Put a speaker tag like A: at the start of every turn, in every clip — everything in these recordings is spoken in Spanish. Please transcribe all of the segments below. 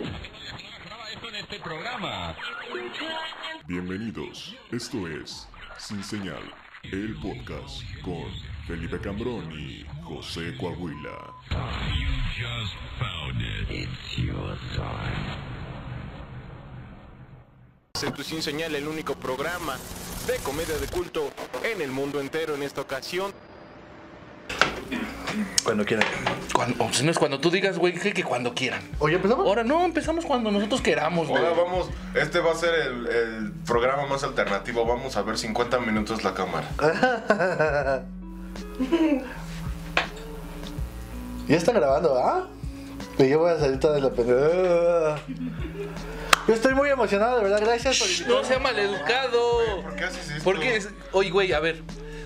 A: Graba esto en este programa.
B: Bienvenidos, esto es Sin Señal, el podcast con Felipe Cambrón y José Coahuila.
A: You just found it. It's your time.
C: En tu Sin Señal, el único programa de comedia de culto en el mundo entero en esta ocasión.
D: Cuando quieran.
E: Cuando, o si no es cuando tú digas, güey, que, que cuando quieran.
D: Oye, empezamos.
E: Ahora no, empezamos cuando nosotros queramos, güey.
F: Ahora vamos, este va a ser el, el programa más alternativo. Vamos a ver 50 minutos la cámara.
D: Ya está grabando, ¿ah? Y yo voy a salir toda la Yo estoy muy emocionado, de verdad. Gracias por invitarme.
E: No sea maleducado.
F: ¿Por qué haces esto?
E: Porque es. Oye, güey, a ver.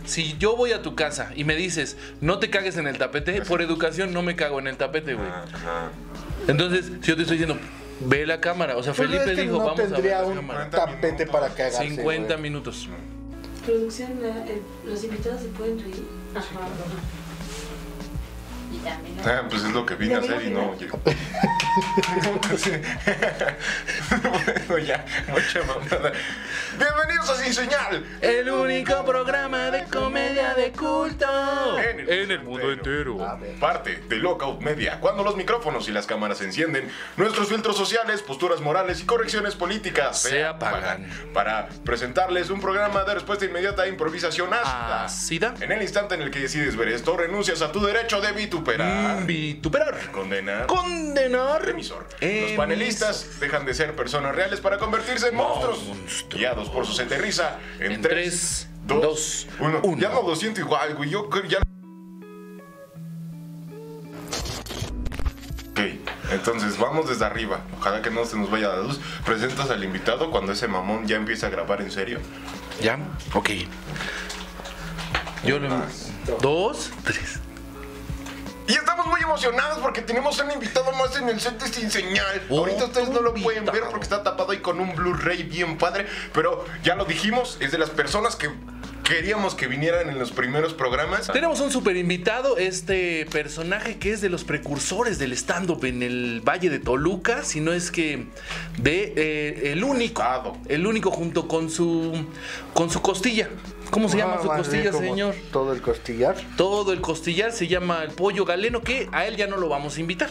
E: Si yo voy a tu casa y me dices, no te cagues en el tapete, por educación no me cago en el tapete, güey.
F: Ah. Ajá.
E: Entonces, si yo te estoy diciendo, ve la cámara. O sea,
D: Pues
E: Felipe
D: es que
E: dijo,
D: no
E: vamos a ver
D: tendría
E: la
D: un
E: cámara.
F: 40
D: tapete
F: minutos.
D: para cagarse.
E: 50
D: güey.
E: minutos.
F: Mm.
G: Producción, la- el- los invitados se pueden reír. Ajá. Y también.
F: Ah, pues es lo que vine a hacer y no llegó. bueno, ya, mucha mamada. Bienvenidos a Sin Señal.
E: El único programa de comedia de culto
F: En el mundo
D: A
E: entero.
D: ver.
F: Parte de Lockout Media. Cuando los micrófonos y las cámaras se encienden, nuestros filtros sociales, posturas morales y correcciones políticas
E: Se apagan.
F: Para presentarles un programa de respuesta inmediata e improvisación ácida.
E: Ácida.
F: En el instante en el que decides ver esto, renuncias a tu derecho de vituperar.
E: Mm, Vituperar.
F: Condenar.
E: Condenar.
F: Emisor. Los
E: Emisor.
F: panelistas dejan de ser personas reales para convertirse en monstruos,
E: Monstruos.
F: guiados por su sete risa en
E: En
F: 3,
E: tres,
F: 2,
E: dos,
F: 1.
E: uno.
F: Ya no lo siento igual, güey. Yo creo ya. Ok, entonces vamos desde arriba. Ojalá que no se nos vaya la luz. Presentas al invitado cuando ese mamón ya empieza a grabar en serio.
E: ¿Ya? Ok. Yo le... Dos, tres.
F: Y estamos muy emocionados porque tenemos un invitado más en el set de Sin Señal.
E: Oh,
F: Ahorita ustedes no lo
E: invitado.
F: pueden ver porque está tapado ahí con un Blu-ray bien padre. Pero ya lo dijimos, es de las personas que queríamos que vinieran en los primeros programas.
E: Tenemos un super invitado, este personaje que es de los precursores del stand-up en el Valle de Toluca, si no es que de eh, el único,
F: Estado.
E: el único junto con su con su costilla. ¿Cómo se llama
D: Ah,
E: su
D: más bien
E: costilla,
D: como
E: señor?
D: Todo el costillar.
E: Todo el costillar se llama el pollo galeno que a él ya no lo vamos a invitar.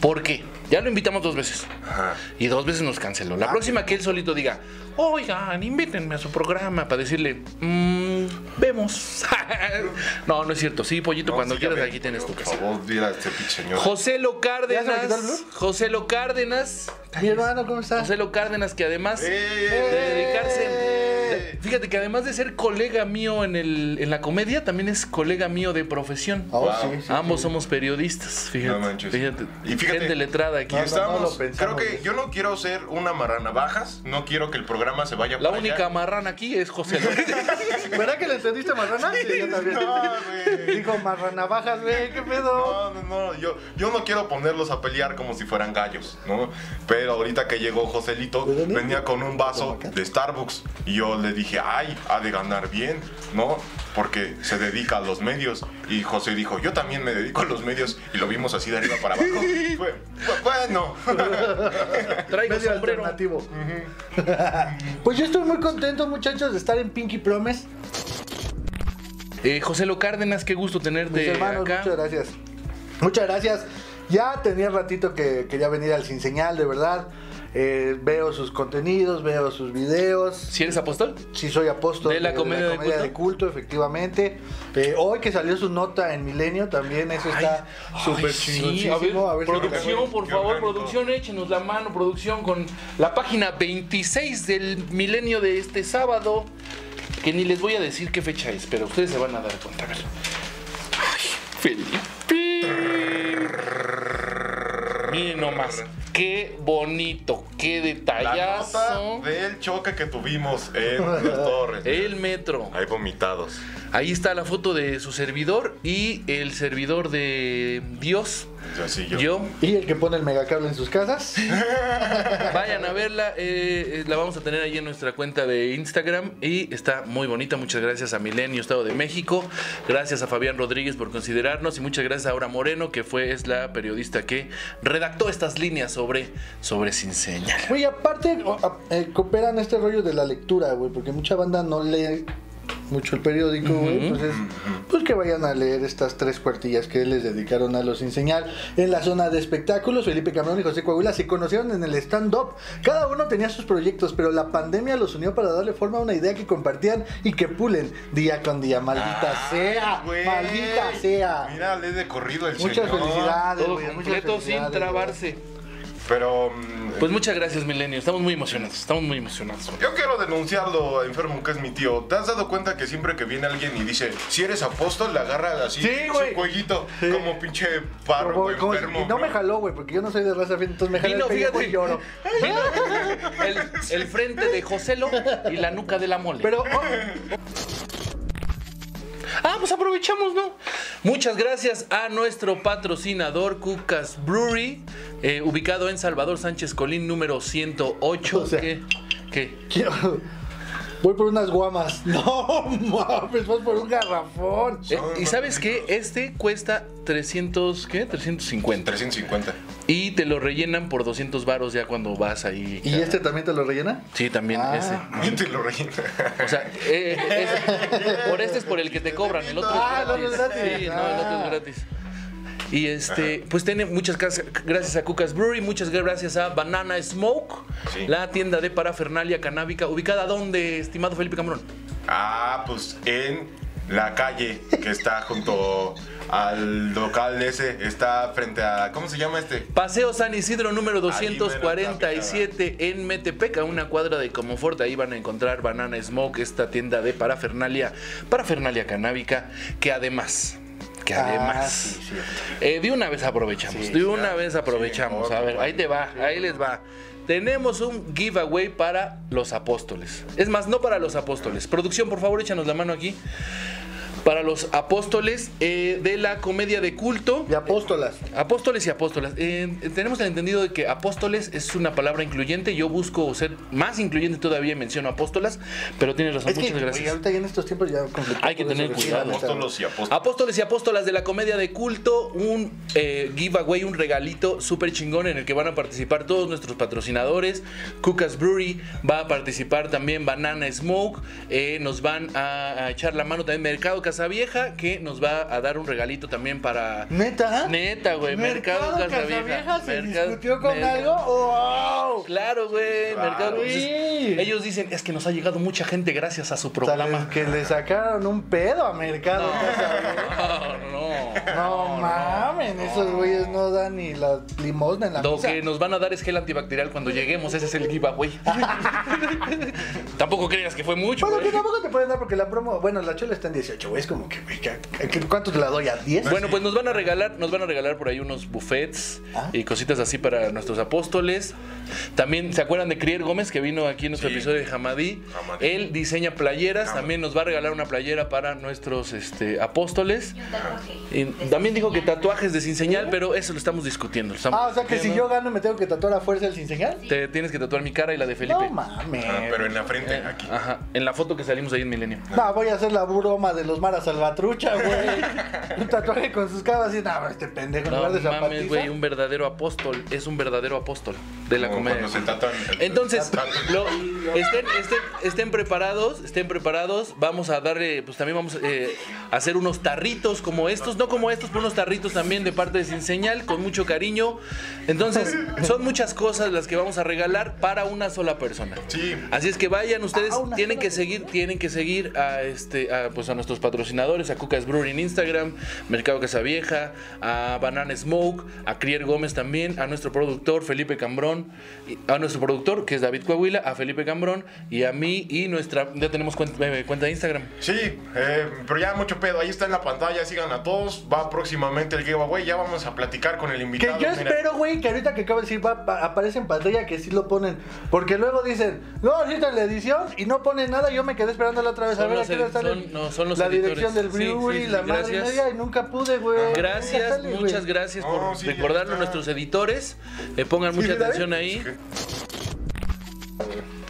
E: ¿Por qué? Ya lo invitamos dos veces.
F: Ajá.
E: Y dos veces nos canceló. La próxima que él solito diga, oigan, invítenme a su programa para decirle, "Mm, vemos. no, no es cierto. Sí, pollito, cuando
F: sí, ya
E: quieras
F: ven,
E: aquí tienes tu
F: por
E: casa.
F: favor, dile a este pinche señor.
E: José Lo
D: ¿Ya se me quitó el
E: Cárdenas.
D: blue?
E: José Lo Cárdenas.
D: Mi hermano, ¿cómo estás?
E: José Lo Cárdenas, que además
F: ¡Eh!
E: de dedicarse. Fíjate que además de ser colega mío en, el, en la comedia, también es colega mío de profesión.
D: Oh,
F: Wow.
D: sí, sí, sí.
E: Ambos somos periodistas, fíjate.
F: No manches.
E: fíjate.
F: Y fíjate,
E: Gente letrada aquí.
F: Y
D: no,
F: estábamos-
D: no lo pensamos,
F: creo que
D: güey.
F: yo no quiero ser una marranabajas, no quiero que el programa se vaya
E: La
F: para
E: única
F: allá.
E: marrana aquí es José Lo
D: ¿Verdad que le entendiste marrana? Sí, yo también.
F: No, güey.
D: Digo marranabajas, güey, qué pedo.
F: No, no, no, yo, yo no quiero ponerlos a pelear como si fueran gallos, ¿no? Pero ahorita que llegó Joselito,
D: ¿De dónde?
F: venía con un vaso
D: ¿Cómo acá?
F: de Starbucks y yo le dije, ay, ha de ganar bien, ¿no? Porque se dedica a los medios. Y José dijo, yo también me dedico a los medios y lo vimos así de arriba para abajo. Fue- fue- bueno,
E: Traigo
D: Medio
E: sombrero.
D: alternativo. Pues yo estoy muy contento, muchachos, de estar en Pinky Promise.
E: Eh, José Lo Cárdenas, qué gusto
D: Mis
E: tenerte
D: hermanos,
E: Este, acá.
D: muchas gracias. Muchas gracias. Ya tenía ratito que quería venir al Sin Señal, de verdad. Eh, veo sus contenidos, veo sus videos.
E: Si eres apóstol,
D: Sí, soy apóstol
E: ¿De la comedia de culto?
D: de culto, efectivamente. Eh, hoy que salió su nota en Milenio, también eso está
E: Ay,
D: súper
E: sí,
D: chingoncísimo.
E: a ver,
D: si me
E: producción,
D: acuerdo.
E: por
F: Qué
E: favor,
F: orgánico.
E: producción, échenos la mano, producción, con la página 26 del milenio de este sábado, que ni les voy a decir qué fecha es, pero ustedes se van a dar cuenta. A ver. Ay, Felipe. Miren nomás, qué bonito, qué
F: la nota
E: detallazo.
F: del choque que tuvimos en las torres.
E: El metro.
F: Hay vomitados.
E: Ahí está la foto de su servidor y el servidor de Dios.
F: Así yo.
E: Yo.
D: Y el que pone el megacable en sus casas.
E: Vayan a verla. eh, eh, la vamos a tener ahí en nuestra cuenta de Instagram. Y está muy bonita. Muchas gracias a Milenio Estado de México. Gracias a Fabián Rodríguez por considerarnos. Y muchas gracias a Aura Moreno, que fue, es la periodista que redactó estas líneas sobre, sobre Sin Señal.
D: Güey, aparte o- a- eh, cooperan este rollo de la lectura, güey, porque mucha banda no lee mucho el periódico, güey. Entonces, pues que vayan a leer estas tres cuartillas que les dedicaron a los sin señal. En la zona de espectáculos, Felipe Cambrón y José Coahuila se conocieron en el stand-up. Cada uno tenía sus proyectos, pero la pandemia los unió para darle forma a una idea que compartían y que pulen día con día. Maldita
F: Ah,
D: sea,
F: güey.
D: maldita sea.
F: Mira, le he de corrido el
D: Muchas
F: señor.
D: felicidades,
E: Todo
D: güey. muchas
E: completo sin
D: felicidades, güey.
E: trabarse.
F: Pero. mm,
E: Pues muchas gracias, Milenio. Estamos muy emocionados. Estamos muy emocionados.
F: Yo quiero denunciar lo enfermo que es mi tío. ¿Te has dado cuenta que siempre que viene alguien y dice, si eres apóstol, le agarra así
D: Sí, güey.
F: su cuellito,
D: Sí.
F: como pinche
D: Como-
F: párroco
D: como si-
F: enfermo?
D: y no me jaló, güey, porque yo no soy de raza fiel, entonces me jalé
E: Vino,
D: el pellejo
E: fíjate.
D: y lloro.
E: Vino el, el frente de Joselo y la nuca de la mole.
D: Pero oh,
E: Ah, pues aprovechamos, ¿no? Muchas gracias a nuestro patrocinador Cucas Brewery, eh, ubicado en Salvador Sánchez Colín número 108.
D: O sea-
E: ¿Qué? ¿Qué?
D: quiero- voy por unas guamas. No mames, vas por un garrafón.
E: Eh, y sabes qué? Este cuesta 300, ¿qué? 350.
F: 350.
E: Y te lo rellenan por 200 varos ya cuando vas ahí.
D: ¿Y este también te lo rellena?
E: Sí, también
D: Ah.
E: ese.
F: Te lo reí.
E: O sea, eh, ese- por este es por el que te cobran, el otro
D: Ah,
E: es
D: el otro
E: gratis.
D: es gratis.
E: Sí, no, el otro es
D: Ah.
E: gratis. Y este, pues tiene muchas cas- gracias a Cucas Brewery, muchas gracias a Banana Smoke,
F: Sí.
E: la tienda de parafernalia canábica, ubicada dónde, estimado Felipe Cambrón.
F: Ah, pues en la calle que está junto al local ese, está frente a. ¿Cómo se llama este?
E: Paseo San Isidro número
F: Ahí mero,
E: 247 en Metepec, a una cuadra de Comofort. Ahí van a encontrar Banana Smoke, esta tienda de parafernalia, parafernalia canábica, que además, que
F: Ah,
E: además.
D: sí, sí.
E: Eh, de una vez aprovechamos, de una vez aprovechamos.
F: Sí,
E: a
F: por
E: ver, ahí te va, ahí les va. Tenemos un giveaway para los apóstoles. Es más, no para los apóstoles. Producción, por favor, échanos la mano aquí. Para los apóstoles eh, de la comedia de culto.
D: De apóstolas.
E: Apóstoles y apóstolas. Eh, tenemos el entendido de que apóstoles es una palabra incluyente. Yo busco ser más incluyente todavía y menciono apóstolas, pero tienes razón.
D: Es que
E: Muchas
D: güey,
E: gracias.
D: ahorita ya en estos tiempos ya conflicto
E: Hay que
D: por
E: tener
D: eso,
E: cuidado.
D: sí, la neta,
F: Apóstolos y apóstoles.
E: Apóstoles y apóstolas de la comedia de culto, un eh, giveaway, un regalito súper chingón en el que van a participar todos nuestros patrocinadores. Cucas Brewery va a participar también Banana Smoke, eh, nos van a, a echar la mano también Mercado Casavieja, que nos va a dar un regalito también para...
D: ¿Neta?
E: Neta, güey, Mercado, Casavieja.
D: se
E: Mercado-
D: discutió con
E: Mercado-
D: algo. ¡Oh, ¡Wow!
E: Claro, güey,
F: Claro.
E: Mercado- pues es-
D: Sí.
E: ellos dicen, es que nos ha llegado mucha gente gracias a su
D: O sea,
E: programa.
D: les- que le sacaron un pedo a Mercado. Casa, güey.
E: no.
D: No, mamen, esos güeyes no dan ni la limosna en la
E: Lo
D: mesa.
E: que nos van a dar es gel antibacterial cuando lleguemos, ese es el giveaway. Tampoco creas que fue mucho.
D: Bueno,
E: güey.
D: que tampoco te pueden dar porque la promo. Bueno, la chela está en 18, güey. Es como que, güey, ¿qué- qué- ¿cuánto te la doy? ¿A 10?
E: Bueno, pues nos van a regalar, nos van a regalar por ahí unos buffets
D: Ah.
E: y cositas así para nuestros apóstoles. También se acuerdan de Crier Gómez que vino aquí en nuestro
F: Sí.
E: episodio de Hamadí.
F: Hamadí.
E: Él diseña playeras,
F: Hamadí.
E: también nos va a regalar una playera para nuestros este, apóstoles.
G: Y un tatuaje.
E: Y también dijo que tatuajes de sin señal, pero eso lo estamos discutiendo. lo estamos
D: ah, o sea que si yo
E: discutiendo.
D: gano me tengo que tatuar a fuerza el sin señal.
E: te tienes que tatuar mi cara y la de Felipe.
D: No mames.
F: Ah, pero en la
E: eh,
F: frente, aquí.
E: Ajá, en la foto que salimos ahí en Milenio.
D: No, voy a hacer la broma de los maras salvatrucha, güey. un tatuaje con sus cabas y nada, este pendejo, en
E: No
D: lugar de
E: mames,
D: zapatiza.
E: güey, un verdadero apóstol. Es un verdadero apóstol de la
F: Como
E: comedia.
F: cuando se tatúan.
E: Entonces,
F: Tatúan.
E: lo- estén, estén- estén preparados, estén preparados. Vamos a darle, pues también vamos eh, a hacer unos tarritos como estos, no como estos, pero unos tarritos también de parte de Sin Señal, con mucho cariño. Entonces, son muchas cosas las que vamos a regalar para una sola persona.
F: Sí.
E: Así es que vayan, ustedes
D: Ah, una
E: tienen
D: sola
E: que seguir, tienen que seguir a este, a, pues a nuestros patrocinadores, a Cucas Brewery en Instagram, Mercado Casavieja, a Banana Smoke, a Crier Gómez también, a nuestro productor Felipe Cambrón, Cambrón, y- a nuestro productor, que es David Coahuila, a Felipe Cambrón y a mí y nuestra... Ya tenemos cuen- eh, cuenta de Instagram.
F: Sí, eh, pero ya mucho pedo. Ahí está en la pantalla. Sigan a todos. Va próximamente el giveaway. Ya vamos a platicar con el
D: Que
F: invitado.
D: yo
F: Mira.
D: espero, güey, que ahorita que acabo de decir, va, pa- aparece en pantalla que sí lo ponen. Porque luego dicen, no, ahorita en la edición y no ponen nada. Yo me quedé esperando la otra vez a
E: Son
D: ver a
E: los
D: qué hora
E: edit-
D: sale
E: son- no, son los
D: la
E: editores.
D: dirección del
E: Sí, sí,
D: brewery,
E: sí,
D: la madre y
E: gracias.
D: media y nunca pude, güey.
E: Gracias,
D: Nunca sale, güey.
E: muchas gracias por
F: No, sí,
E: recordarlo a
F: está.
E: nuestros editores. Le pongan mucha
D: ¿verdad?
E: atención ahí.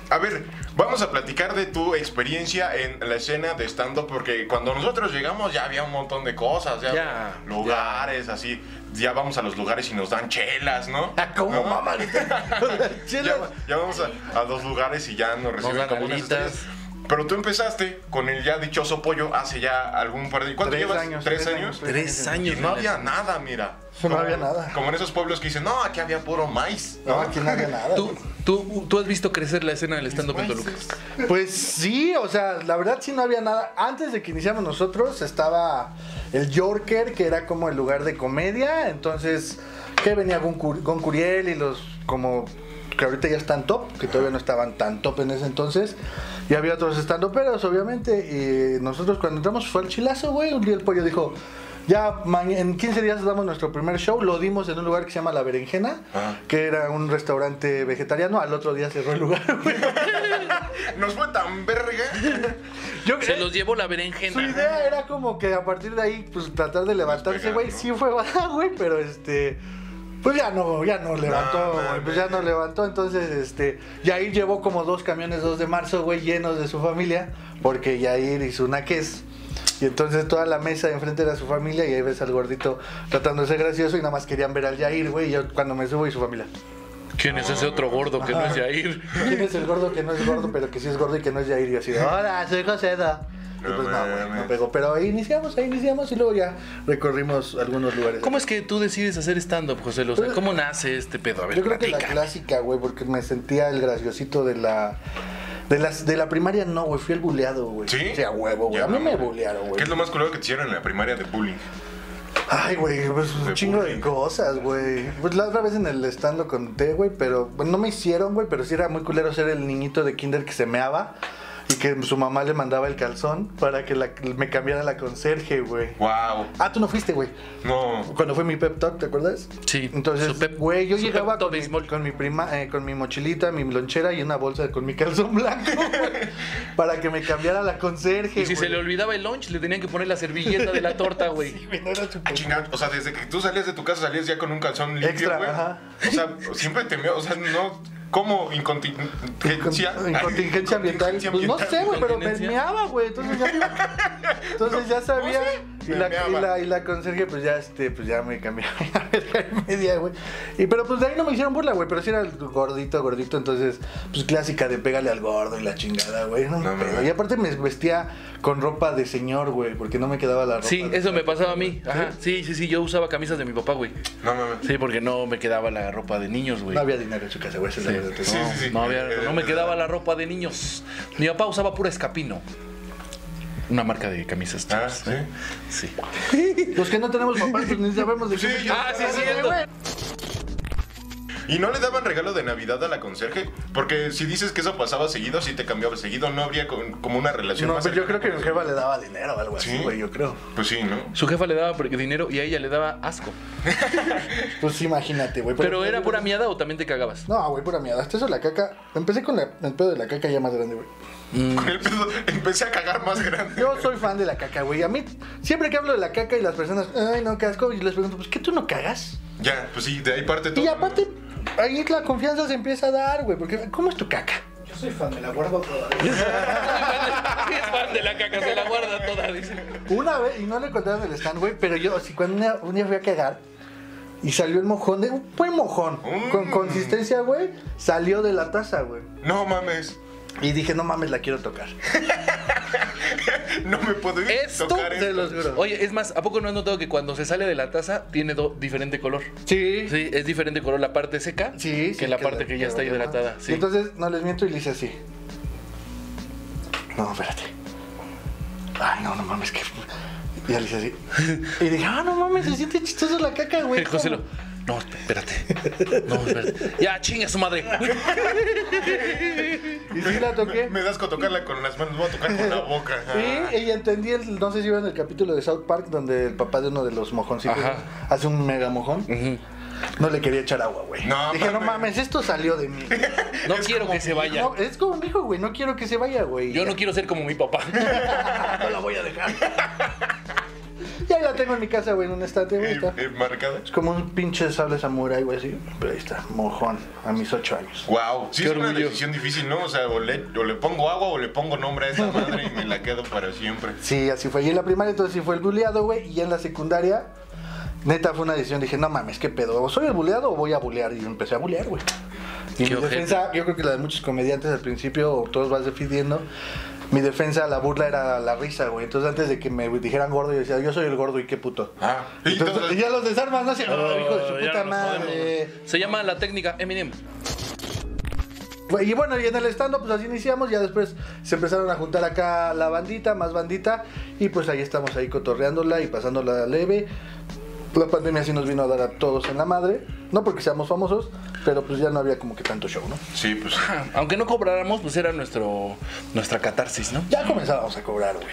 F: A ver, vamos a platicar de tu experiencia en la escena de stand-up, porque cuando nosotros llegamos ya había un montón de cosas, ya,
E: Ya,
F: lugares, así, ya vamos a los lugares y nos dan chelas, ¿no?
D: Ah, ¿Cómo
F: ¿No?
D: maman?
F: Ya,
D: Chelas.
F: ya vamos a, a los lugares y ya nos reciben
E: dan
F: como unas
E: alitas.
F: estrellas. Pero tú empezaste con el ya dichoso pollo hace ya algún par de... ¿Cuánto
D: Tres
F: llevas?
D: años,
F: ¿Tres,
D: tres
F: años?
D: años,
E: Tres
F: Y
E: años.
F: no
E: en la-
F: había nada, mira.
D: No había nada.
F: Como en esos pueblos que dicen, no, aquí había puro maíz.
D: No, aquí no había nada.
E: ¿Tú, tú, tú has visto crecer la escena del stand-up en Toluca.
D: Pues sí, o sea, la verdad sí no había nada. Antes de que iniciamos nosotros estaba el Yorker, que era como el lugar de comedia. Entonces, que venía Gon Curiel y los como que ahorita ya están top, que todavía no estaban tan top en ese entonces. Y había otros estando peros, obviamente. Y nosotros cuando entramos fue el chilazo, güey. Un día el pollo dijo, ya ma- en 15 días damos nuestro primer show. Lo dimos en un lugar que se llama La Berenjena, que era un restaurante vegetariano. Al otro día cerró el lugar, güey.
F: Nos fue tan verga.
D: Yo-
E: Se los llevó la
D: Su
E: berenjena.
D: idea era como que a partir de ahí, pues tratar de levantarse,
F: pegar,
D: güey.
F: ¿no?
D: Sí fue baja, güey, pero este. Pues ya no, ya no levantó, güey,
F: mames.
D: pues ya no levantó. Entonces, este. Yair llevó como dos camiones 2 de marzo, güey, llenos de su familia, porque Yair hizo una queso. Y entonces toda la mesa de enfrente era su familia y ahí ves al gordito tratando de ser gracioso y nada más querían ver al Yair, güey. Y yo cuando me subo y su familia.
E: ¿Quién es ese otro gordo que no es Jair?
D: ¿Quién es el gordo que no es gordo, pero que sí es gordo y que no es Yair? Y así de, hola, soy José Da. Y
F: No
D: pues no, güey,
F: mames.
D: no pegó. Pero ahí iniciamos, ahí iniciamos y luego ya recorrimos algunos lugares.
E: ¿Cómo es que tú decides hacer stand-up, José? O sea, ¿Cómo nace este pedo? A ver,
D: Eh, Yo creo que la
E: platica.
D: clásica, güey, porque me sentía el graciosito de la... De, las, de la primaria no, güey, fui el buleado, güey.
F: ¿Sí?
D: O sea, huevo, güey.
F: Ya,
D: A mí
F: no,
D: me bulearon, güey.
F: ¿Qué es lo más culero que te hicieron en la primaria de bullying?
D: Ay, güey, pues un
F: De
D: chingo de
F: bullying.
D: cosas, güey. Pues la otra vez en el stand lo conté, güey, pero bueno, no me hicieron, güey, pero sí era muy culero ser el niñito de kinder que se meaba y que su mamá le mandaba el calzón para que la- me cambiara la conserje, güey.
F: Wow.
D: Ah, tú no fuiste, güey.
F: No.
D: Cuando fue mi pep talk, ¿te acuerdas?
E: Sí, su pep-
D: Entonces, güey, yo
E: su
D: llegaba
E: Pepto
D: con mi,
E: Bismol.
D: con mi prima, eh, con mi mochilita, mi lonchera y una bolsa con mi calzón blanco, güey, para que me cambiara la conserje,
E: Y si se
D: güey.
E: le olvidaba el lunch, le tenían que poner la servilleta de la torta, güey.
D: Güey, no era súper-
F: Chinga, Ah, o sea, desde que tú salías de tu casa salías ya con un calzón limpio,
D: Extra,
F: güey.
D: ajá.
F: O sea, siempre te meo- o sea, no ¿Cómo incontingencia?
D: Con- Incontingencia ambiental.
F: Incontingencia
D: Pues no
F: ambiental.
D: sé, güey, pero me
E: Incontinencia.
D: meaba, güey. Entonces ya, entonces ya sabía.
F: sé,
D: Y
F: me
D: la, y,
F: meaba.
D: la, y la conserje, pues ya, este, pues ya me cambié a verga y media, güey. Y pero pues de ahí no me hicieron burla, güey. Pero sí era el gordito, gordito. Entonces, pues clásica de pégale al gordo y la chingada, güey. No,
F: No,
D: pero-
F: mames.
D: y aparte me vestía con ropa de señor, güey, porque no me quedaba la ropa.
E: Sí,
D: de-
E: eso me pasaba a mí. Ajá. Sí, sí, sí, yo usaba camisas de mi papá, güey.
F: No mames.
E: Sí, porque no me quedaba la ropa de niños, güey.
D: No había dinero en su casa, güey. esa es la verdad.
F: Sí,
E: No,
F: sí, sí.
E: no había-
F: Eh,
E: no me
F: eh,
E: quedaba la ropa de niños. Mi papá usaba pura escapino. Una marca de camisas
F: Ah,
E: chicas.
F: sí.
E: sí.
D: Los que no tenemos papás, pues ni sabemos de qué.
F: Sí,
D: se
F: yo-
E: Ah, sí,
D: trata,
E: sí,
D: güey.
E: cierto.
F: ¿Y no le daban regalo de Navidad a la conserje? Porque si dices que eso pasaba seguido, si te cambiaba seguido, no habría con- como una relación
D: No,
F: más
D: pero yo creo
F: cercana.
D: que mi jefa le daba dinero o algo así,
F: ¿Sí?
D: güey, yo creo.
F: Pues sí, ¿no?
E: Su jefa le daba pre- dinero y a ella le daba asco.
D: Pues imagínate, güey.
E: Pero era pura miada o también te cagabas.
D: No, güey, pura mierda. Hasta eso la caca. Empecé con la- el pedo de la caca ya más grande, güey.
F: Con el pedo empecé a cagar más grande.
D: Yo soy fan de la caca, güey. A mí, siempre que hablo de la caca y las personas, ay, no, casco, y les pregunto, pues, ¿qué tú no cagas?
F: Ya, pues sí, de ahí parte todo.
D: Y aparte, ahí la confianza se empieza a dar, güey, porque, ¿cómo es tu caca? Yo soy fan, me la guardo todavía.
E: Sí, es fan de la caca, se la guarda toda, dice.
D: Una vez, y no le contaron el stand, güey, pero yo, así, cuando una- un día fui a cagar y salió el mojón, de, un buen mojón, con
F: Mm.
D: consistencia, güey, salió de la taza, güey.
F: No mames.
D: Y dije, no mames, la quiero tocar.
F: No me puedo ir.
E: Esto
F: tocar ¿eh?
D: se los juro.
E: Oye, es más, ¿a poco no has notado que cuando se sale de la taza tiene do- diferente color?
D: Sí.
E: Sí, es diferente color la parte seca
D: Sí, sí,
E: que la parte que ya está
D: queda-
E: hidratada. Sí.
D: Entonces, no les miento y le hice así. No, espérate. Ay, no, no mames, que. Y ya le hice así. Y dije, ah, no mames, se siente chistoso la caca, güey.
E: Eh, José lo, No, espérate. No, espérate. Ya, chinga su madre.
D: Y sí la toqué.
F: Me, me das con tocarla con las manos, voy a tocar con la boca.
D: Y ella entendí, el, no sé si vieron el capítulo de South Park donde el papá de uno de los mojoncitos
E: Ajá.
D: hace un mega mojón. No le quería echar agua, güey.
F: No,
D: Dije, no
F: mames.
D: mames, esto salió de mí.
E: No quiero que se vaya.
D: No, es como mi hijo, güey, no quiero que se vaya, güey.
E: Yo no quiero ser como mi papá.
D: no la voy a dejar. ya la tengo en mi casa, güey, en un estante, güey.
F: Eh,
D: está.
F: eh, marcada.
D: Es como un pinche sable samurai, güey, así. Pero ahí está, mojón, a mis ocho años.
F: Wow, sí
E: Qué
F: es una
E: orgullo.
F: decisión difícil, ¿no? O sea, o le, o le pongo agua o le pongo nombre a esa madre y me la quedo para siempre.
D: Sí, así fue. Y en la primaria entonces sí fue el buleado, güey. Y ya en la secundaria, neta fue una decisión. Dije, no mames, qué pedo. ¿O soy el buleado o voy a bulear? Y empecé a bulear, güey. Y mi
E: Qué ojete.
D: defensa, yo creo que la de muchos comediantes al principio, o todos vas defendiendo, mi defensa a la burla era la risa, güey. Entonces antes de que me dijeran gordo, yo decía, yo soy el gordo y qué puto.
F: Ah, y
D: Entonces,
F: entonces-
D: ya los desarmas, ¿no? Así, "Ay, hijo de su
E: Oh, ya
D: puta
E: no nos podemos.
D: madre.
E: Se llama la técnica Eminem.
D: Güey, Y bueno, y en el stand pues así iniciamos, ya después se empezaron a juntar acá la bandita, más bandita, y pues ahí estamos ahí cotorreándola y pasándola leve. La pandemia sí nos vino a dar a todos en la madre, no porque seamos famosos, pero pues ya no había como que tanto show, ¿no?
F: Sí, pues.
E: Aunque no cobráramos, pues era nuestro nuestra catarsis, ¿no?
D: Ya comenzábamos a cobrar, güey.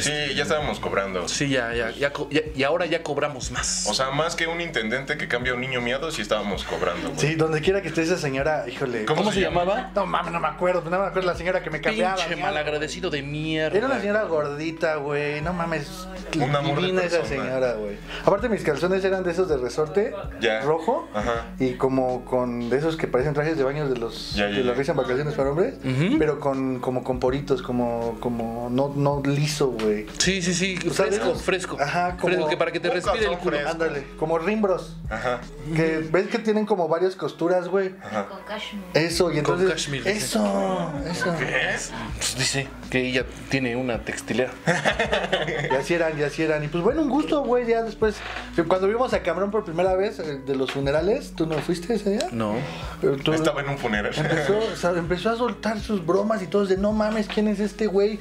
F: Sí, ya estábamos cobrando.
E: Sí, ya, ya, ya, co- ya- y ahora ya cobramos más.
F: O sea, más que un intendente que cambia a un niño miado, sí estábamos cobrando. güey.
D: Sí, donde quiera que esté esa señora, híjole. pues,
F: ¿Cómo
E: ¿Cómo se
F: se llama?
E: llamaba?
D: No mames, no me acuerdo, no me acuerdo la señora que me cambiaba.
E: Pinche
D: mierda.
E: malagradecido de mierda.
D: Era una señora gordita, güey, no mames.
F: Un amor de
D: divina esa
F: persona.
D: señora, güey. Aparte mis calzones eran de esos de resorte
F: Ya.
D: rojo.
F: Ajá.
D: Y como con de esos que parecen trajes de baños de los
F: Ya, ya,
D: de la
F: ya.
D: risa en vacaciones para hombres, pero con como con poritos, como como no no liso, güey.
E: Sí, sí, sí.
D: sea, de
E: Fresco,
D: esos-
E: fresco.
D: Ajá, como-
E: Fresco, que para que te
F: Un
E: respire el
F: calzón
E: culo.
F: fresco.
D: Ándale, como rimbros,
F: Ajá.
D: que ves que tienen como varias costuras, güey.
H: Con cashmere.
D: Eso y entonces
E: cashmere, dice.
D: eso, eso.
E: Pues dice que ella tiene una textilera.
D: ¿Eh? Y así eran, y así eran. Y pues bueno, un gusto, güey, ya después cuando vimos a Cabrón por primera vez eh, de los funerales, ¿tú no fuiste ese día?
E: No.
D: Pero tú-
F: Estaba en un funeral.
D: Empezó, o sea, empezó a soltar sus bromas y todos de no mames, ¿quién es este güey?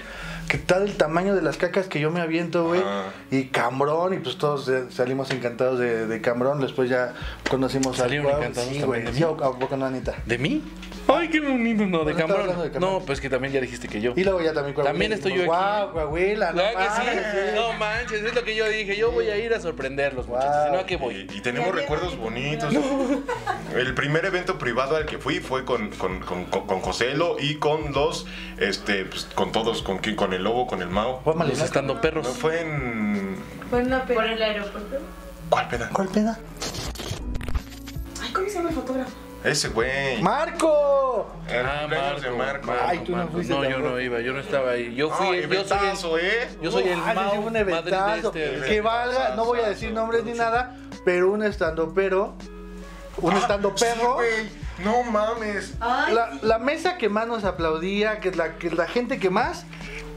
D: Que está del tamaño de las cacas que yo me aviento, güey.
F: Ah.
D: Y Cambrón, y pues todos eh, salimos encantados de, de Cambrón. Después ya conocimos
E: Salieron
D: Cuau.
E: encantados
D: Sí,
E: también
D: güey.
E: de mí.
D: Sí, ¿a a poco no, Anita?
E: ¿De mí? Ay, qué bonito. No, de
D: estaba hablando de
E: cambrón.
D: Cambrón.
E: No, pues que también ya dijiste que yo.
D: Y luego ya también Coahuila.
E: También estoy yo
D: Dijimos,
E: aquí.
D: Guau, Coahuila, no
E: ¿Verdad que sí?
D: mames, Ah, sí.
E: No manches, es lo que yo dije. Yo voy a ir a sorprenderlos, muchachos.
D: Wow.
E: Si no, ¿a qué voy?
F: Y, y tenemos
H: Ya había
F: recuerdos
H: que-
F: bonitos. El primer evento privado al que fui fue con, con, con, con- con Joselo y con los, este, pues, con todos, con, qui- con el lobo, con el Mao.
D: Juan
E: Los
D: Malinac.
E: Pues estando
F: No
E: perros.
F: fue en...
G: Fue una
H: Por
G: peda.
H: el aeropuerto.
F: ¿Cuál peda?
D: ¿Cuál peda?
G: Ay, ¿cómo se llama el fotógrafo?
F: Ese güey.
D: ¡Marco!
F: El cumpleaños de Marco.
D: Ay, tú no
E: Ah, Marco.
D: fuiste
E: yo
D: tampoco.
E: no iba, yo no estaba ahí. Yo
F: No,
E: fui, yo soy el,
F: eventazo, ¿eh?
E: yo soy el
D: Ah, sí, sí,
E: Mao
D: un
E: Madrid
D: eventazo.
E: de este.
D: Que valga, no voy a decir nombres ni nada, pero un estando pero. Un
F: Ah,
D: estando
F: sí,
D: perro.
F: güey. no mames.
H: Ay,
D: la, la mesa que más nos aplaudía, que la, que la gente que más.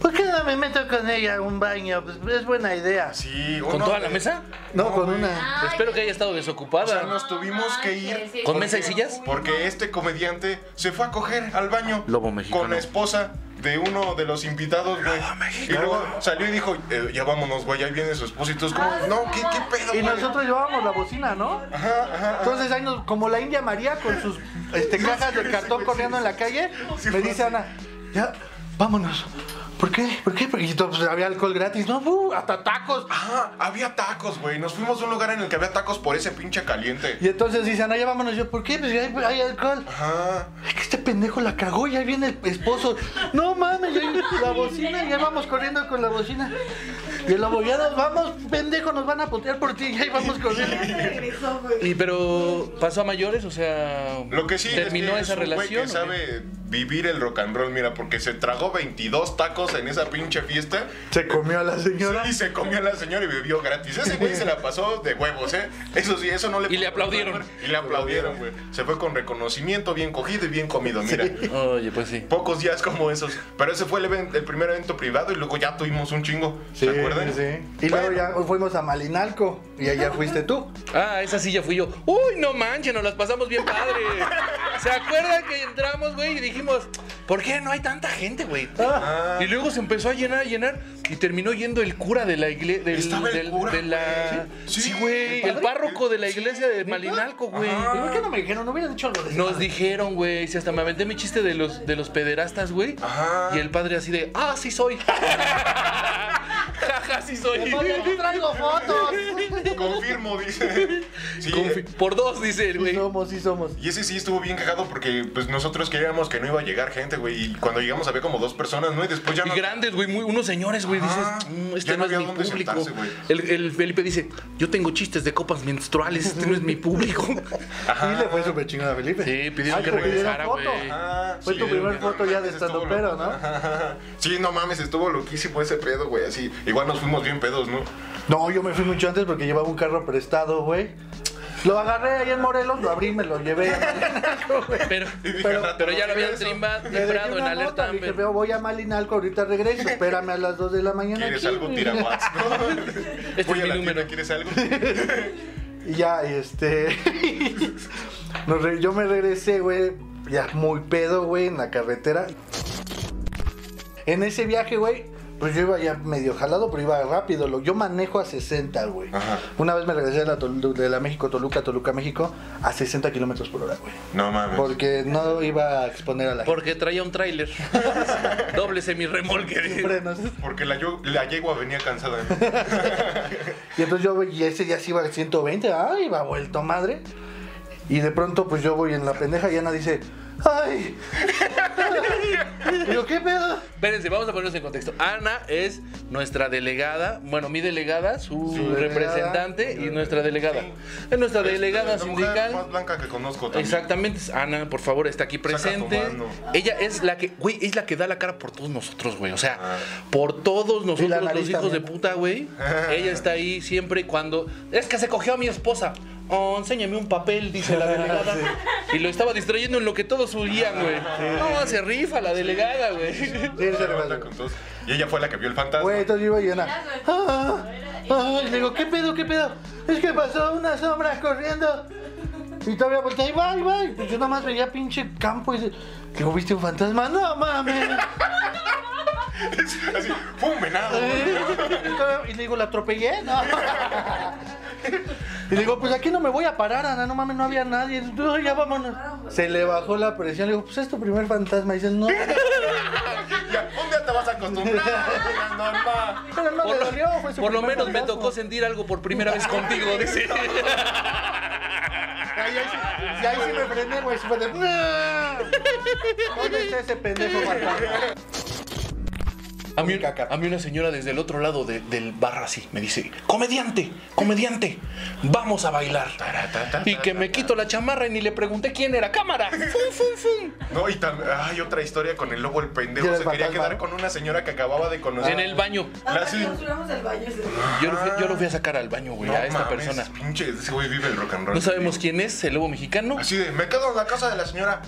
D: ¿Por qué no me meto con ella a un baño? Pues es buena idea.
F: Sí,
E: ¿Con
F: uno
E: toda
F: de-
E: la mesa?
D: No, con
F: güey.
D: una.
H: Ay,
E: Espero que haya estado
F: O sea,
E: desocupada.
F: nos tuvimos que ir.
H: Ah, sí,
E: ¿Con
H: sí,
E: mesa y
H: sí.
E: sillas?
F: Porque este comediante se fue a coger al baño
E: Lobo mexicano.
F: con la esposa de uno de los invitados, güey. Y luego salió y dijo, eh, ya vámonos, güey, ahí viene su esposo. Y tú es como, no, ¿qué, qué pedo,
D: Y
F: güey?
D: nosotros llevábamos la bocina, ¿no? Entonces ahí nos, como la India María con sus este, cajas de cartón corriendo en la calle,
F: Sí,
D: me
F: fue
D: dice
F: así.
D: Ana, ya, vámonos. ¿Por qué? ¿Por qué? Porque pues, había alcohol gratis, ¿no? Uh, hasta tacos.
F: Ajá, había tacos, güey. Nos fuimos a un lugar en el que había tacos por ese pinche caliente.
D: Y entonces dice Ana, ya vámonos. Yo, ¿por qué? Pues ya hay, hay alcohol.
F: Ajá.
D: Es que este pendejo la cagó y ahí viene el esposo. No mames, ya hay la bocina, ya vamos corriendo con la bocina. Y el lobo, ya nos vamos, pendejo, nos van a putear por ti, ya ahí vamos corriendo.
G: Regresó, güey.
E: Y pero pasó a mayores, o sea,
F: Lo que sí es
E: terminó
F: que
E: esa
F: es un güey
E: relación.
F: que
E: ¿o qué?
F: sabe vivir el rock and roll, mira, porque se tragó 22 tacos en esa pinche fiesta
D: Se comió a la señora.
F: y se comió a la señora y bebió gratis. Ese güey se la pasó de huevos, ¿eh? Eso sí, eso no le
E: Y le aplaudieron.
F: Y le aplaudieron, güey. Se fue con reconocimiento, bien cogido y bien comido, mira.
E: Oye, pues sí.
F: Pocos días como esos. Pero ese fue el, event- el primer evento privado y luego ya tuvimos un chingo.
D: Sí,
F: ¿Se acuerdan?
D: sí. Y luego ya
F: Bueno.
D: fuimos a Malinalco y allá fuiste tú.
E: Ah, esa sí ya fui yo. Uy, no manches, nos las pasamos bien padre. ¿Se acuerdan que entramos, güey, y dijimos, ¿por qué no hay tanta gente, güey?
F: Ah.
E: Y luego se empezó a llenar, a llenar, y terminó yendo el cura de la iglesia.
F: Estaba el cura,
E: de la...
F: güey. Sí,
E: Sí,
F: sí,
E: güey.
D: ¿el
E: el
D: padre?
E: párroco de la iglesia de Malinalco, güey.
F: Ah.
D: ¿Y por qué no me dijeron? No hubieran dicho algo de
E: Nos dijeron, güey, si hasta me aventé mi chiste de los, de los pederastas, güey.
F: Ajá.
E: Y el padre así de, ah, sí soy. Jaja, sí soy.
D: Oye, no traigo fotos.
F: Confirmo, dice. Sí,
E: Confi- Por dos, dice el
D: Sí
E: güey.
D: somos, sí somos.
F: Y ese sí estuvo bien cagado porque pues nosotros creíamos que no iba a llegar gente, güey. Y cuando llegamos había como dos personas, ¿no? Y después ya
E: Y
F: no.
E: grandes, güey, muy- unos señores, güey, dices,
F: Ajá.
E: "Mm, este no
F: Ya no
E: es
F: había
E: mi
F: dónde
E: público.
F: sentarse, güey.
E: el, el Felipe dice, yo tengo chistes de copas menstruales, este no es mi público.
D: Y le fue súper chingón a Felipe.
E: Sí, pidieron
D: Ay,
E: que
D: te pidieron
E: regresara,
D: foto.
E: güey.
F: Ah,
D: Fue tu primer
F: no
D: foto ya de
F: mames, estuvo
D: estandopero,
F: loco.
D: ¿no?
F: Ajá. Sí, no mames, estuvo loquísimo ese pedo, güey. Así, igual nos fuimos bien pedos, ¿no?
D: No, yo me fui mucho antes porque llevaba un carro prestado, güey. Lo agarré ahí en Morelos, lo abrí, me lo llevé.
E: Pero,
F: Y dije,
D: Pero-
F: "Rata,
E: pero ya lo habían
F: regreso".
E: trimba-
D: Le dejé
E: timbrado en
D: una
E: alerta
D: nota, le dije,
E: Amber.
D: veo, voy a Malinalco, ahorita regreso, espérame a las 2 de la mañana.
F: ¿Quieres
D: aquí,
F: algo?
D: güey".
F: Tiraguas, ¿no?
E: Este es
F: Voy a
E: mi
F: la tienda,
E: número.
F: ¿quieres algo?
D: Y ya, este. nos re- yo me regresé, güey. Ya muy pedo, güey, en la carretera. En ese viaje, güey, pues yo iba ya medio jalado, pero iba rápido. Lo, yo manejo a 60, güey.
F: Ajá.
D: Una vez me regresé de la, Tolu- de la México, Toluca, Toluca, México, a 60 kilómetros por hora, güey.
F: No mames.
D: Porque no iba a exponer a la gente.
E: Porque traía un tráiler. Doble
D: sin
E: semirremolque.
D: frenos.
F: Porque la, yo- la yegua venía cansada.
D: Y entonces yo, y ese ya sí iba al 120, ay, iba vuelto madre. Y de pronto, pues yo voy en la pendeja y Ana dice, ¡ay! Y yo, ¿qué pedo?
E: Espérense, vamos a ponernos en contexto. Ana es nuestra delegada, bueno, mi delegada, su
D: Su delegada.
E: representante y nuestra delegada. Es nuestra delegada
F: Es Este, la mujer
E: sindical.
F: más blanca que conozco también.
E: Exactamente, es Ana, por favor, está aquí presente.
F: Saca tu mano.
E: Ella es la que, güey, es la que da la cara por todos nosotros, güey. O sea,
F: Ah.
E: por todos
D: Y la
E: nosotros, los
D: nariz
E: hijos
D: también.
E: de puta, güey. Ella está ahí siempre y cuando. Es que se cogió a mi esposa. Oh, enséñame un papel, dice la delegada. Y lo estaba distrayendo en lo que todos huían, güey. No, se rifa la delegada, güey.
D: Sí, se
F: Pero anda
D: rebasó.
F: con todos. Y ella fue la que vio el fantasma.
D: Güey, entonces yo iba y Ana, ¡ah! ah", Y le digo, ¿qué pedo, qué pedo? Es que pasó una sombra corriendo. Y todavía volteé, ahí va, ahí va. Y pues yo nada más veía pinche campo y se- digo, ¿viste un fantasma? ¡No mames!
F: Así, fue un venado.
E: Eh.
F: güey.
D: Y le digo, ¿la atropellé? No. Y le digo, pues aquí no me voy a parar, Ana, no mames, no había nadie. No, ya vámonos. Se le bajó la presión, le digo, pues es tu primer fantasma. Y dice, no,
F: Ya, un día te vas a acostumbrar. Norma.
D: pero no
E: Por
D: le
E: lo,
D: dolió, fue su
E: por lo
D: primer
E: menos me
D: fantasma".
E: tocó sentir algo por primera vez contigo, dice.
D: Ay, ahí sí- Y ahí sí me frené, güey, se fue de... "No". ¿Dónde está ese pendejo, Marta?
E: A mí,
D: Caca.
E: a mí una señora desde el otro lado de- del bar así me dice, comediante, comediante, vamos a bailar. Y que me quito la chamarra y ni le pregunté quién era. Cámara. Fum, fum, fum.
F: No, y también. Hay otra historia con el lobo, el pendejo.
D: ¿Y el
F: Se quería
D: fantasma?
F: quedar con una señora que acababa de conocer.
E: En el baño.
F: La-
G: Ah,
F: sí.
G: nos fuimos al baño. sí.
E: Yo lo, fui, yo lo
D: Ah.
E: fui a sacar al baño, güey,
F: No
E: a esta
F: mames,
E: persona.
F: Pinche, ese güey vive el rock and roll.
E: No sabemos quién es, el lobo mexicano.
F: Así de, me quedo en la casa de la señora.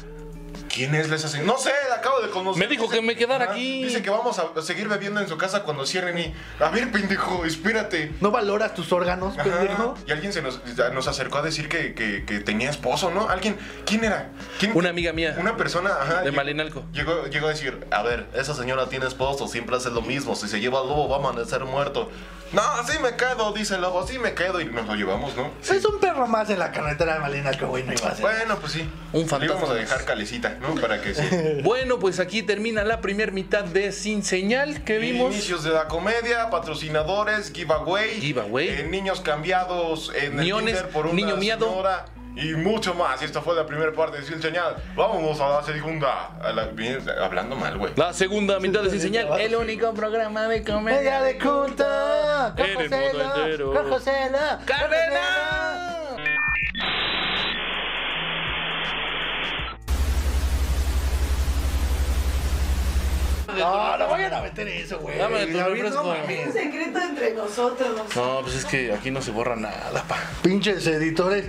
F: ¿Quién es la esa señora? No sé, la acabo de conocer.
E: Me dijo
F: Dice-
E: que me quedara
F: Ajá.
E: aquí.
F: Dice que vamos a seguir bebiendo en su casa cuando cierren y. A ver, pendejo, espérate.
D: ¿No valoras tus órganos,
F: Ajá.
D: pendejo?
F: Y alguien se nos, nos acercó a decir que, que- que tenía esposo, ¿no? Alguien, ¿quién era? ¿Quién-
E: Una amiga mía.
F: Una persona, ajá.
E: De
F: lleg-
E: Malinalco.
F: Llegó, llegó a decir, a ver, esa señora tiene esposo, siempre hace lo mismo, si se lleva al lobo va a amanecer muerto. No, sí me quedo, dice el lobo, sí me quedo y nos lo llevamos, ¿no?
D: Es un perro más en la carretera de Malena que güey no iba a ser.
F: Bueno, pues sí.
E: Un fantasma
F: Le íbamos a
E: más.
F: dejar calecita, ¿no? Para que se...
E: Bueno, pues aquí termina la primer mitad de Sin Señal que vimos.
F: Inicios de la comedia, patrocinadores, giveaway,
E: Giveaway.
F: eh, niños cambiados en el
E: Miones,
F: Tinder por una
E: niño miado.
F: señora y mucho más. Esta fue la primera parte de Sin Señal. Vámonos a la segunda. A la- bien, hablando mal, güey.
E: La segunda mitad de Sin Señal. El único programa de comedia
D: Media de culto. Con
E: En el mundo
D: Josela,
E: entero.
D: Con Josela. con Josela.
E: ¡Cárdenas!
D: No, no vayan a meter eso, güey.
E: Dame tu
D: David,
E: refresco.
D: no mames.
G: Un secreto entre nosotros.
E: No, pues es que aquí no se borra nada, pa.
D: Pinches editores,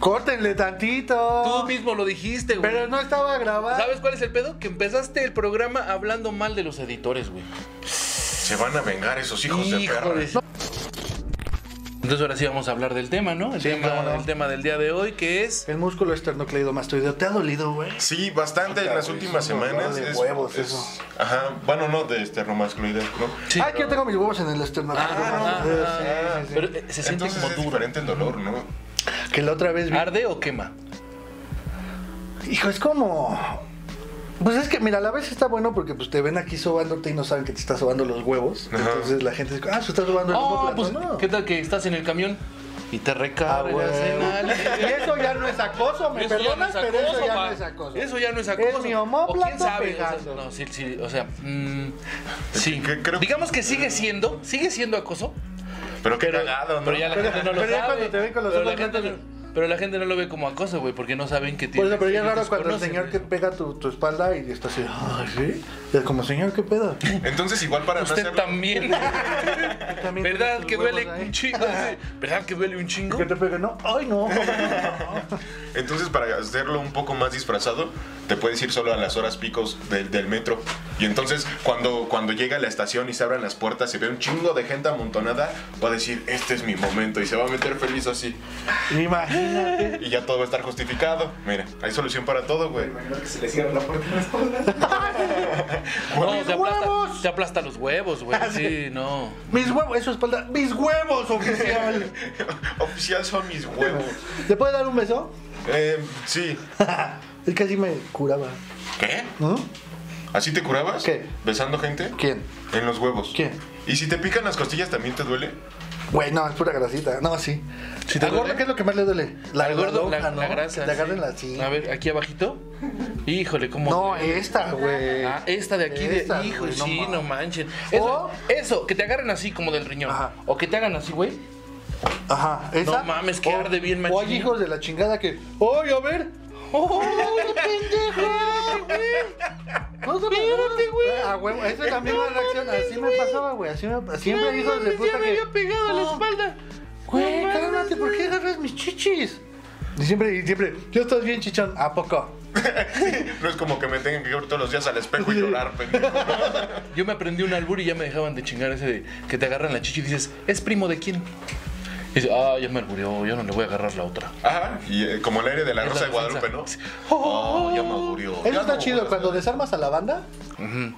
D: córtenle tantito.
E: Tú mismo lo dijiste, güey.
D: Pero no estaba grabado.
E: ¿Sabes cuál es el pedo? Que empezaste el programa hablando mal de los editores, güey.
F: Se van a vengar esos hijos de perra.
E: Híjole. Entonces ahora sí vamos a hablar del tema, ¿no? El,
D: Sí,
E: tema,
D: cómo no.
E: el tema del día de hoy que es...
D: El músculo esternocleidomastoideo. ¿Te ha dolido, güey?
F: Sí, bastante en las últimas
D: es un dolor
F: semanas.
D: de
F: es-
D: huevos,
F: es-
D: eso.
F: Ajá, bueno, no, de esternomasculoides, ¿no?
E: Sí.
D: ah, que yo tengo mis huevos en el esternocleidomastoideo.
E: Ah,
D: Sí, sí, sí.
E: Pero eh, se siente
F: Entonces
E: como
F: es
E: duro.
F: diferente el dolor, ¿no?
D: Que la otra vez vi.
E: ¿Arde o quema?
D: Hijo, es como. Pues es que, mira, a la vez está bueno porque pues te ven aquí sobándote y no saben que te está sobando los huevos. Entonces la gente dice, ah, se está sobando el
E: Oh,
D: huevo.
E: pues,
D: no.
E: ¿qué tal que estás en el camión y te
D: Ah,
E: recargas
D: huevo.
E: en algo?
D: Y eso ya no es acoso, me
E: Eso ya no
D: perdonas,
E: es
D: pero eso
E: acoso,
D: ya
E: pa.
D: no es acoso.
E: Eso ya no es
D: Es
E: acoso.
D: mi
E: O quién
D: homóplato
E: sabe, o sea,
D: pegando.
E: no, sí, sí, o sea, mm, sí.
F: que creo-
E: Digamos que sigue siendo, sigue siendo acoso,
F: Pero qué
E: pero,
F: cagado, ¿no?
E: pero ya la
D: Pero-
E: gente no lo
D: pero ya
E: sabe.
D: cuando te ven con los
E: pero, la
D: ojos
E: gente no,
D: grandes-
E: pero la gente no lo ve como acoso, güey, porque no saben que tiene.
D: Por eso, pero ya es
E: ellos
D: raro cuando el
E: desconocen
D: señor que
E: eso.
D: pega tu, tu espalda y está así, ay, ¿sí? Y es como, señor, ¿qué pedo?
F: Entonces, igual para no
E: Usted
F: hacerlo-
E: también.
D: También
E: ¿Verdad
D: tus
E: que
D: huevos
E: duele
D: ahí.
E: un chingo? Sí. ¿Verdad que duele un chingo?
D: Que te pegue, no, ay, no.
F: Entonces, para hacerlo un poco más disfrazado, te puedes ir solo a las horas picos del, del metro. Y entonces, cuando, cuando llega a la estación y se abran las puertas y ve un chingo de gente amontonada, va a decir, este es mi momento. Y se va a meter feliz así.
D: Imagínate.
F: Y ya todo va a estar justificado. Mira, hay solución para todo, güey.
H: Imagino que se le cierra la puerta en la espalda.
E: No, te aplasta,
D: huevos! Ah,
E: te aplasta los huevos, güey. Sí, no.
D: Mis huevos, eso espalda, mis huevos, oficial.
F: Oficial son mis huevos.
D: ¿Le puedes dar un beso?
F: Eh, sí.
D: Es que así me curaba.
F: ¿Qué?
D: ¿Mm?
F: ¿Así te curabas?
D: ¿Qué?
F: ¿Besando gente?
D: ¿Quién?
F: En los huevos.
D: ¿Quién?
F: ¿Y si te pican las costillas también te duele?
D: Güey, no, es pura grasita. No, sí. Si
E: te
D: te
E: duele?
D: gordo, ¿qué es lo que más le duele? La
E: Al eh. gordo,
D: lonja,
E: la,
D: ah, ¿no?
E: la grasa.
D: Que te
E: sí.
D: agarren la sí.
E: A ver, aquí abajito. Híjole, cómo.
D: No, esta, güey.
E: Ah, esta de aquí
D: Esta,
E: de hijo,
D: güey, no
E: sí,
D: mames.
E: no manchen. Eso,
D: O-
E: eso, que te agarren así como del riñón.
D: Ajá.
E: O que te hagan así, güey.
D: Ajá, esa.
E: No mames, que arde bien machín.
D: O hay hijos de la chingada que. ¡Ay, a ver! ¡Ay, pendejo! No se Espérate, Ah, güey. A huevo, esa es la misma reacción. Así me pasaba, güey. Así me Siempre hay hijos de puta que. Oh.
E: pegado
D: a la espalda. Güey, cálmate, ¿por qué agarras mis chichis? Y siempre, y siempre, yo estás bien chichón, ¿a poco?
F: No es como que me tengan que ir todos los días al espejo y llorar, pendejo.
E: Yo me aprendí un albur y ya me dejaban de chingar ese de que te agarran la chicha y dices, ¿es primo de quién? Y dices, ah, ya me alburió, yo no le voy a agarrar la otra.
F: Ajá, y eh, como el aire de la
E: Es
F: Rosa
E: la
F: de Guadalupe, ¿no?
E: defensa.
F: Oh, ya me augurió.
D: Eso está chido, cuando desarmas a la banda,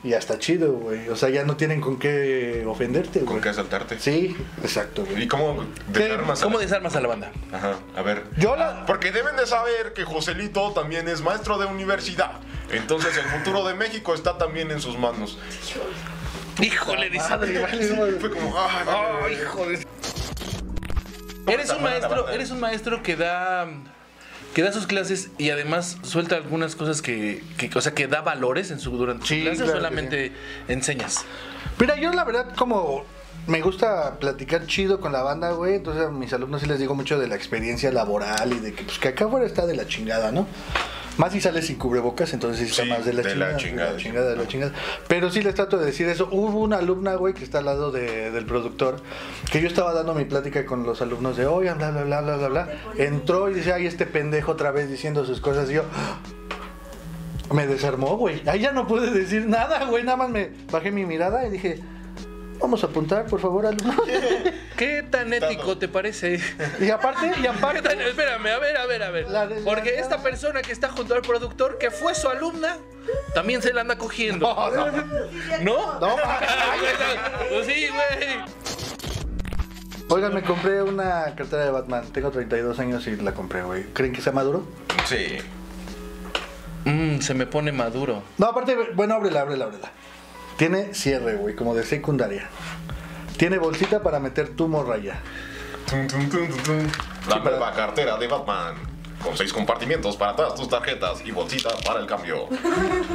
D: ya está chido, güey. O sea, ya no tienen con qué ofenderte, güey.
F: Con qué asaltarte.
D: Sí, exacto, güey.
F: ¿Y cómo desarmas? a-
E: ¿Cómo desarmas a la banda?
F: Ajá, a ver.
D: Yo la.
F: Porque deben de saber que Joselito también es maestro de universidad. Entonces el futuro de México está también en sus manos.
E: Híjole, dice.
D: Madre, vale, madre.
F: Fue como, ay, ay, ay.
E: Eres
F: está
E: un
F: buena la
E: maestro,
F: banda?
E: eres un maestro que da que da sus clases y además suelta algunas cosas que, que- o sea, que da valores en su durante
D: Sí,
E: su clase o
D: claro que
E: solamente enseñas.
D: Mira, yo la verdad, como me gusta platicar chido con la banda, güey. Entonces a mis alumnos sí les digo mucho de la experiencia laboral y de que, pues, que acá afuera está de la chingada, ¿no? Más si sales sin cubrebocas, entonces sí está
F: Sí,
D: más de la,
F: de
D: chingada,
F: la chingada,
D: De la chingada, de la chingada. Pero sí les trato de decir eso. Hubo una alumna, güey, que está al lado de- del productor, que yo estaba dando mi plática con los alumnos de, oigan, bla, bla, bla, bla, bla, bla. Entró y dice, ay, este pendejo otra vez diciendo sus cosas. Y yo, me desarmó, güey. Ahí ya no pude decir nada, güey. Nada más me bajé mi mirada y dije, vamos a apuntar, por favor, alumno.
E: ¿Qué tan ético te parece?
D: y aparte, y
E: ¿Qué
D: aparte,
E: tan- espérame, a ver, a ver, a ver.
D: La desgraciada.
E: Porque esta persona que está junto al productor, que fue su alumna, también se la anda cogiendo. ¿No?
D: no, ma-
E: Pues sí, güey.
D: oigan, me compré una cartera de Batman. Tengo 32 años y la compré, güey. ¿Creen que sea maduro?
F: Sí.
E: Mm, se me pone maduro.
D: No, aparte, bueno, ábrela, ábrela, ábrela. Tiene cierre, güey, como de secundaria. Tiene bolsita para meter tu morraya.
F: Tum, tum, tum, tum, tum. La
D: Sí, para-
F: nueva cartera de Batman. Con seis compartimientos para todas tus tarjetas y bolsita para el cambio.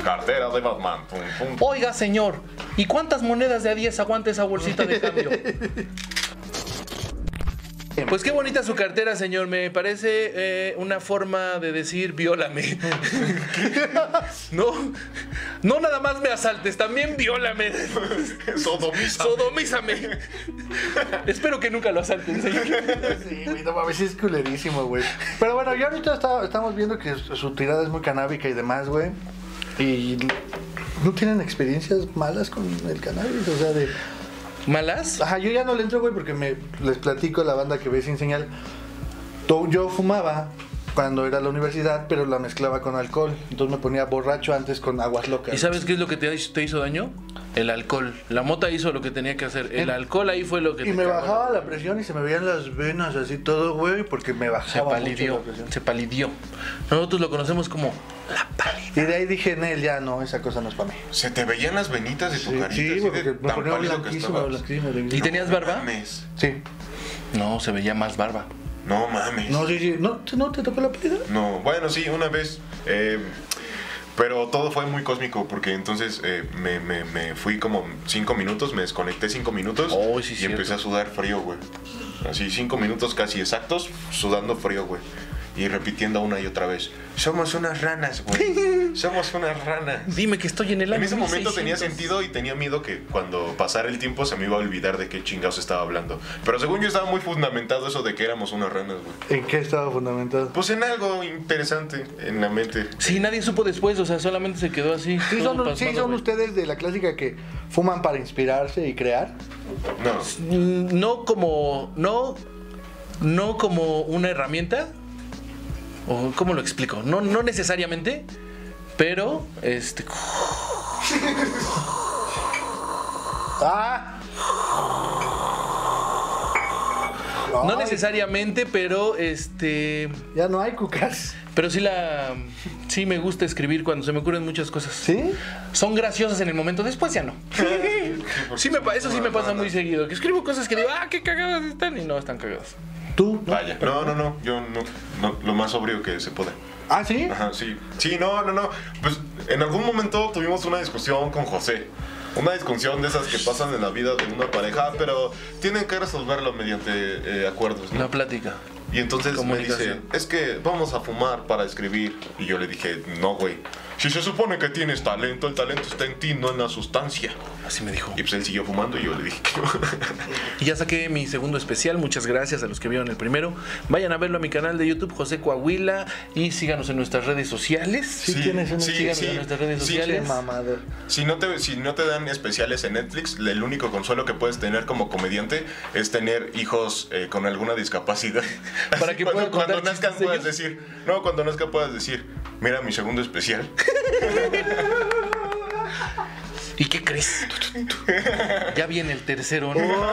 F: Cartera de Batman. Tum, tum,
D: Oh,
F: tum.
E: Oiga, señor, ¿y cuántas monedas de a 10 aguanta esa bolsita de cambio? Pues qué bonita su cartera, señor. Me parece eh, una forma de decir viólame. no, no nada más me asaltes, también viólame.
F: Sodomista.
E: Sodomízame. Espero que nunca lo asalten, señor.
D: Sí, güey, no mames, sí es culerísimo, güey. Pero bueno, ya ahorita está- estamos viendo que su, su tirada es muy canábica y demás, güey. Y no tienen experiencias malas con el cannabis, o sea, de...
E: ¿Malas?
D: Ajá, yo ya no le entro, güey, porque me, les platico a la banda que ve sin señal. To- Yo fumaba cuando era la universidad, pero la mezclaba con alcohol. Entonces me ponía borracho antes con aguas locas.
E: ¿Y sabes qué es lo que te hizo, te hizo daño? El alcohol. La mota hizo lo que tenía que hacer. El
D: En-
E: alcohol ahí fue lo que
D: Y
E: te
D: me
E: cagó.
D: bajaba la presión y se me veían las venas así todo, güey, porque me
E: Se
D: bajaba mucho la
E: palidió.
D: presión.
E: Se palidió. Nosotros lo conocemos como la pálida.
D: Y de ahí dije, Nel, ya no, esa cosa no es para mí.
F: Se te veían las venitas de tu
D: Sí,
F: carita.
D: sí,
F: así
D: güey,
F: de
D: porque me
F: tan
D: ponía
F: pálido que
D: blanquísimo,
F: estabas.
D: blanquísimo. de-
E: ¿Y tenías barba?
F: Mames.
D: Sí.
E: No, se veía más barba.
F: No mames.
D: No, sí, sí. ¿No, no te tocó la pálida?
F: No, bueno, sí, una vez. eh, pero todo fue muy cósmico porque entonces eh, me, me- me fui como cinco minutos, me desconecté cinco minutos
E: Oh, sí,
F: y
E: cierto.
F: empecé a sudar frío, güey. Así cinco minutos casi exactos, sudando frío, güey. Y repitiendo una y otra vez. Somos unas ranas, güey. Somos unas ranas.
E: Dime que estoy en el
F: En
E: año
F: ese momento
E: 1600.
F: tenía sentido y tenía miedo que cuando pasara el tiempo se me iba a olvidar de qué chingados estaba hablando. Pero según yo estaba muy fundamentado eso de que éramos unas ranas, güey.
D: ¿En qué estaba fundamentado?
F: Pues en algo interesante en la mente.
E: Sí, nadie supo después, o sea, solamente se quedó así.
D: Sí,
E: todo
D: son, sí,
E: pasmado,
D: son
E: güey.
D: ustedes de la clásica que fuman para inspirarse y crear.
F: No.
E: Mm, No como. No. No como una herramienta. O cómo lo explico. No, no necesariamente. Pero. Este.
D: ¡Ah!
E: No
D: Ay,
E: necesariamente, pero este.
D: Ya no hay cucas.
E: Pero sí la. Sí me gusta escribir cuando se me ocurren muchas cosas.
D: ¿Sí?
E: Son graciosas en el momento, después ya no. Sí me pa- eso sí me pasa muy seguido. Que escribo cosas que digo, ah, qué cagadas están. Y no están cagadas.
D: ¿Tú? ¿No?
F: Vaya. No, no, no. Yo no. no, lo más sobrio que se pueda.
D: ¿Ah, sí?
F: Ajá, sí. Sí, no, no, no. Pues en algún momento tuvimos una discusión con José. Una discusión de esas que pasan en la vida de una pareja, pero tienen que resolverlo mediante eh, acuerdos. ¿no?
E: La plática.
F: Y entonces me dice,
E: Comunicación.
F: es que vamos a fumar para escribir. Y yo le dije, no, güey. Si se supone que tienes talento, el talento está en ti, no en la sustancia.
E: Así me dijo.
F: Y pues él siguió fumando y yo le dije que no.
E: Y ya saqué mi segundo especial. Muchas gracias a los que vieron el primero. Vayan a verlo a mi canal de YouTube, José Coahuila. Y síganos en nuestras redes sociales.
D: Sí,
F: Sí,
D: tienes una
F: sí,
D: chica
E: Síganos en nuestras redes
F: sí,
E: sociales.
D: de mamador.
F: Si no, te, si no te dan especiales en Netflix, el único consuelo que puedes tener como comediante es tener hijos eh, con alguna discapacidad. Así
E: Para que
F: cuando,
E: puedan contar
F: cuando nazcan
E: chistes
F: puedas
E: ellos.
F: decir, no, cuando nazcan puedas decir, mira mi segundo especial.
E: ¿Y qué crees? ya viene el tercero, ¿no?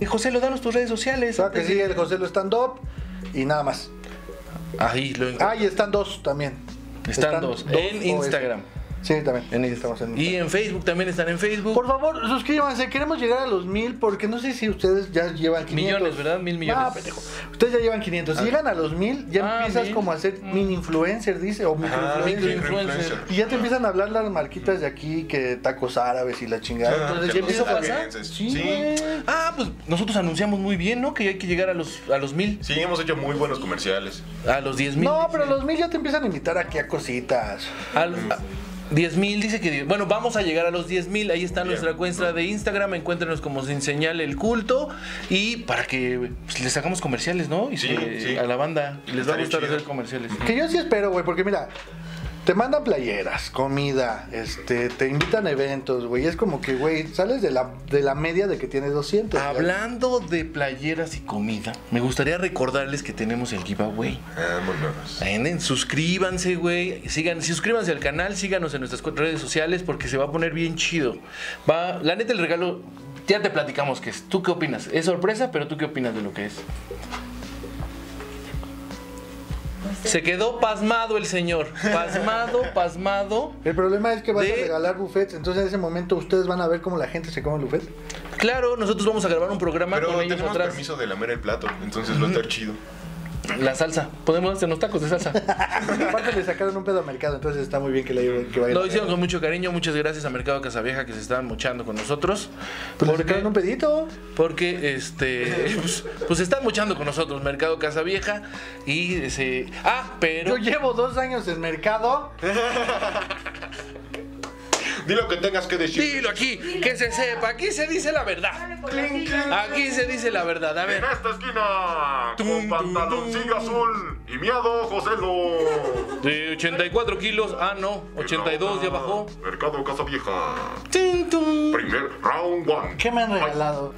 E: Eh, José, lo danos tus redes sociales.
D: Claro que
E: antes de-
D: sí, el José lo stand-up y nada más.
E: Ahí lo encuentro.
D: Ah, y están dos también.
E: Están dos, en
D: o
E: Instagram.
D: este. Sí, también.
E: En-
D: Estamos en
E: Y en Facebook también están en Facebook.
D: Por favor, suscríbanse. Queremos llegar a los mil porque no sé si ustedes ya llevan 500.
E: Millones, ¿verdad? Mil millones.
D: Ah, pendejo. Ustedes ya llevan 500. Si llegan a los mil, ya
E: Ah,
D: empiezas
E: mil. Ah,
D: como a ser mini influencer, dice, o
F: Ah,
D: microinfluencer.
E: micro-
D: y ya te empiezan a hablar las marquitas de aquí que tacos árabes y la chingada.
F: Ah,
D: Entonces ya
F: que los
D: empieza a pasar.
F: estadounidenses.
D: Sí,
F: Sí.
D: güey.
E: Ah, pues nosotros anunciamos muy bien, ¿no? Que hay que llegar a los, a los mil,
F: Sí, hemos hecho muy buenos comerciales.
E: a los diez mil.
D: No, pero los mil ya te empiezan a invitar aquí a cositas.
E: Al, a- 10.000, dice que... die- Bueno, vamos a llegar a los 10.000. Ahí está
F: Bien.
E: nuestra cuenta de Instagram. Encuéntrenos como Sin Señal el Culto. Y para que pues, les hagamos comerciales, ¿no? Y
F: Sí,
E: se-
F: sí.
E: a la banda. Les va a
F: Estaría
E: gustar
F: chido.
E: hacer comerciales.
D: Que yo sí espero, güey, porque mira, te mandan playeras, comida, este, te invitan a eventos, güey. Es como que, güey, sales de la, de la media de que tienes 200. güey.
E: Hablando de playeras y comida, me gustaría recordarles que tenemos el giveaway.
F: Ah, Vámonos.
E: Anden, suscríbanse, güey. Sigan, suscríbanse al canal, síganos en nuestras cu- redes sociales porque se va a poner bien chido. Va, la neta, el regalo, ya te platicamos qué es. ¿Tú qué opinas? Es sorpresa, pero ¿tú qué opinas de lo que es? Se quedó pasmado el señor. Pasmado, pasmado.
D: El problema es que vas
E: De-
D: a regalar buffets, entonces en ese momento ustedes van a ver cómo la gente se come el buffet.
E: Claro, nosotros vamos a grabar un programa
F: Pero
E: con ellos
F: tenemos
E: atrás.
F: permiso de lamer el plato, entonces va a estar chido.
E: La salsa. Podemos hacer unos tacos de salsa.
D: Aparte le sacaron un pedo a mercado, entonces está muy bien que le que vayan.
E: Lo
D: a-
E: hicieron con mucho cariño. Muchas gracias a Mercado Casavieja que se estaban mochando con nosotros.
D: Pues le
E: Porque-
D: sacaron un pedito.
E: Porque este pues, pues están luchando con nosotros, Mercado Casa Vieja. Y se. Ah, pero.
D: Yo llevo dos años en mercado.
F: Di lo que tengas que decir.
E: Dilo aquí, que se sepa, aquí se dice la verdad.
F: Cling, cling.
E: Aquí se dice la verdad. A ver,
F: En esta esquina,
E: Tum,
F: con
E: tum,
F: pantaloncillo
E: tum.
F: azul y miado José Lo.
E: de 84 kilos, ah, no, 82 ya bajó.
F: Mercado Casa Vieja.
E: Tin, tum.
F: Primer round one.
D: ¿Qué me han regalado?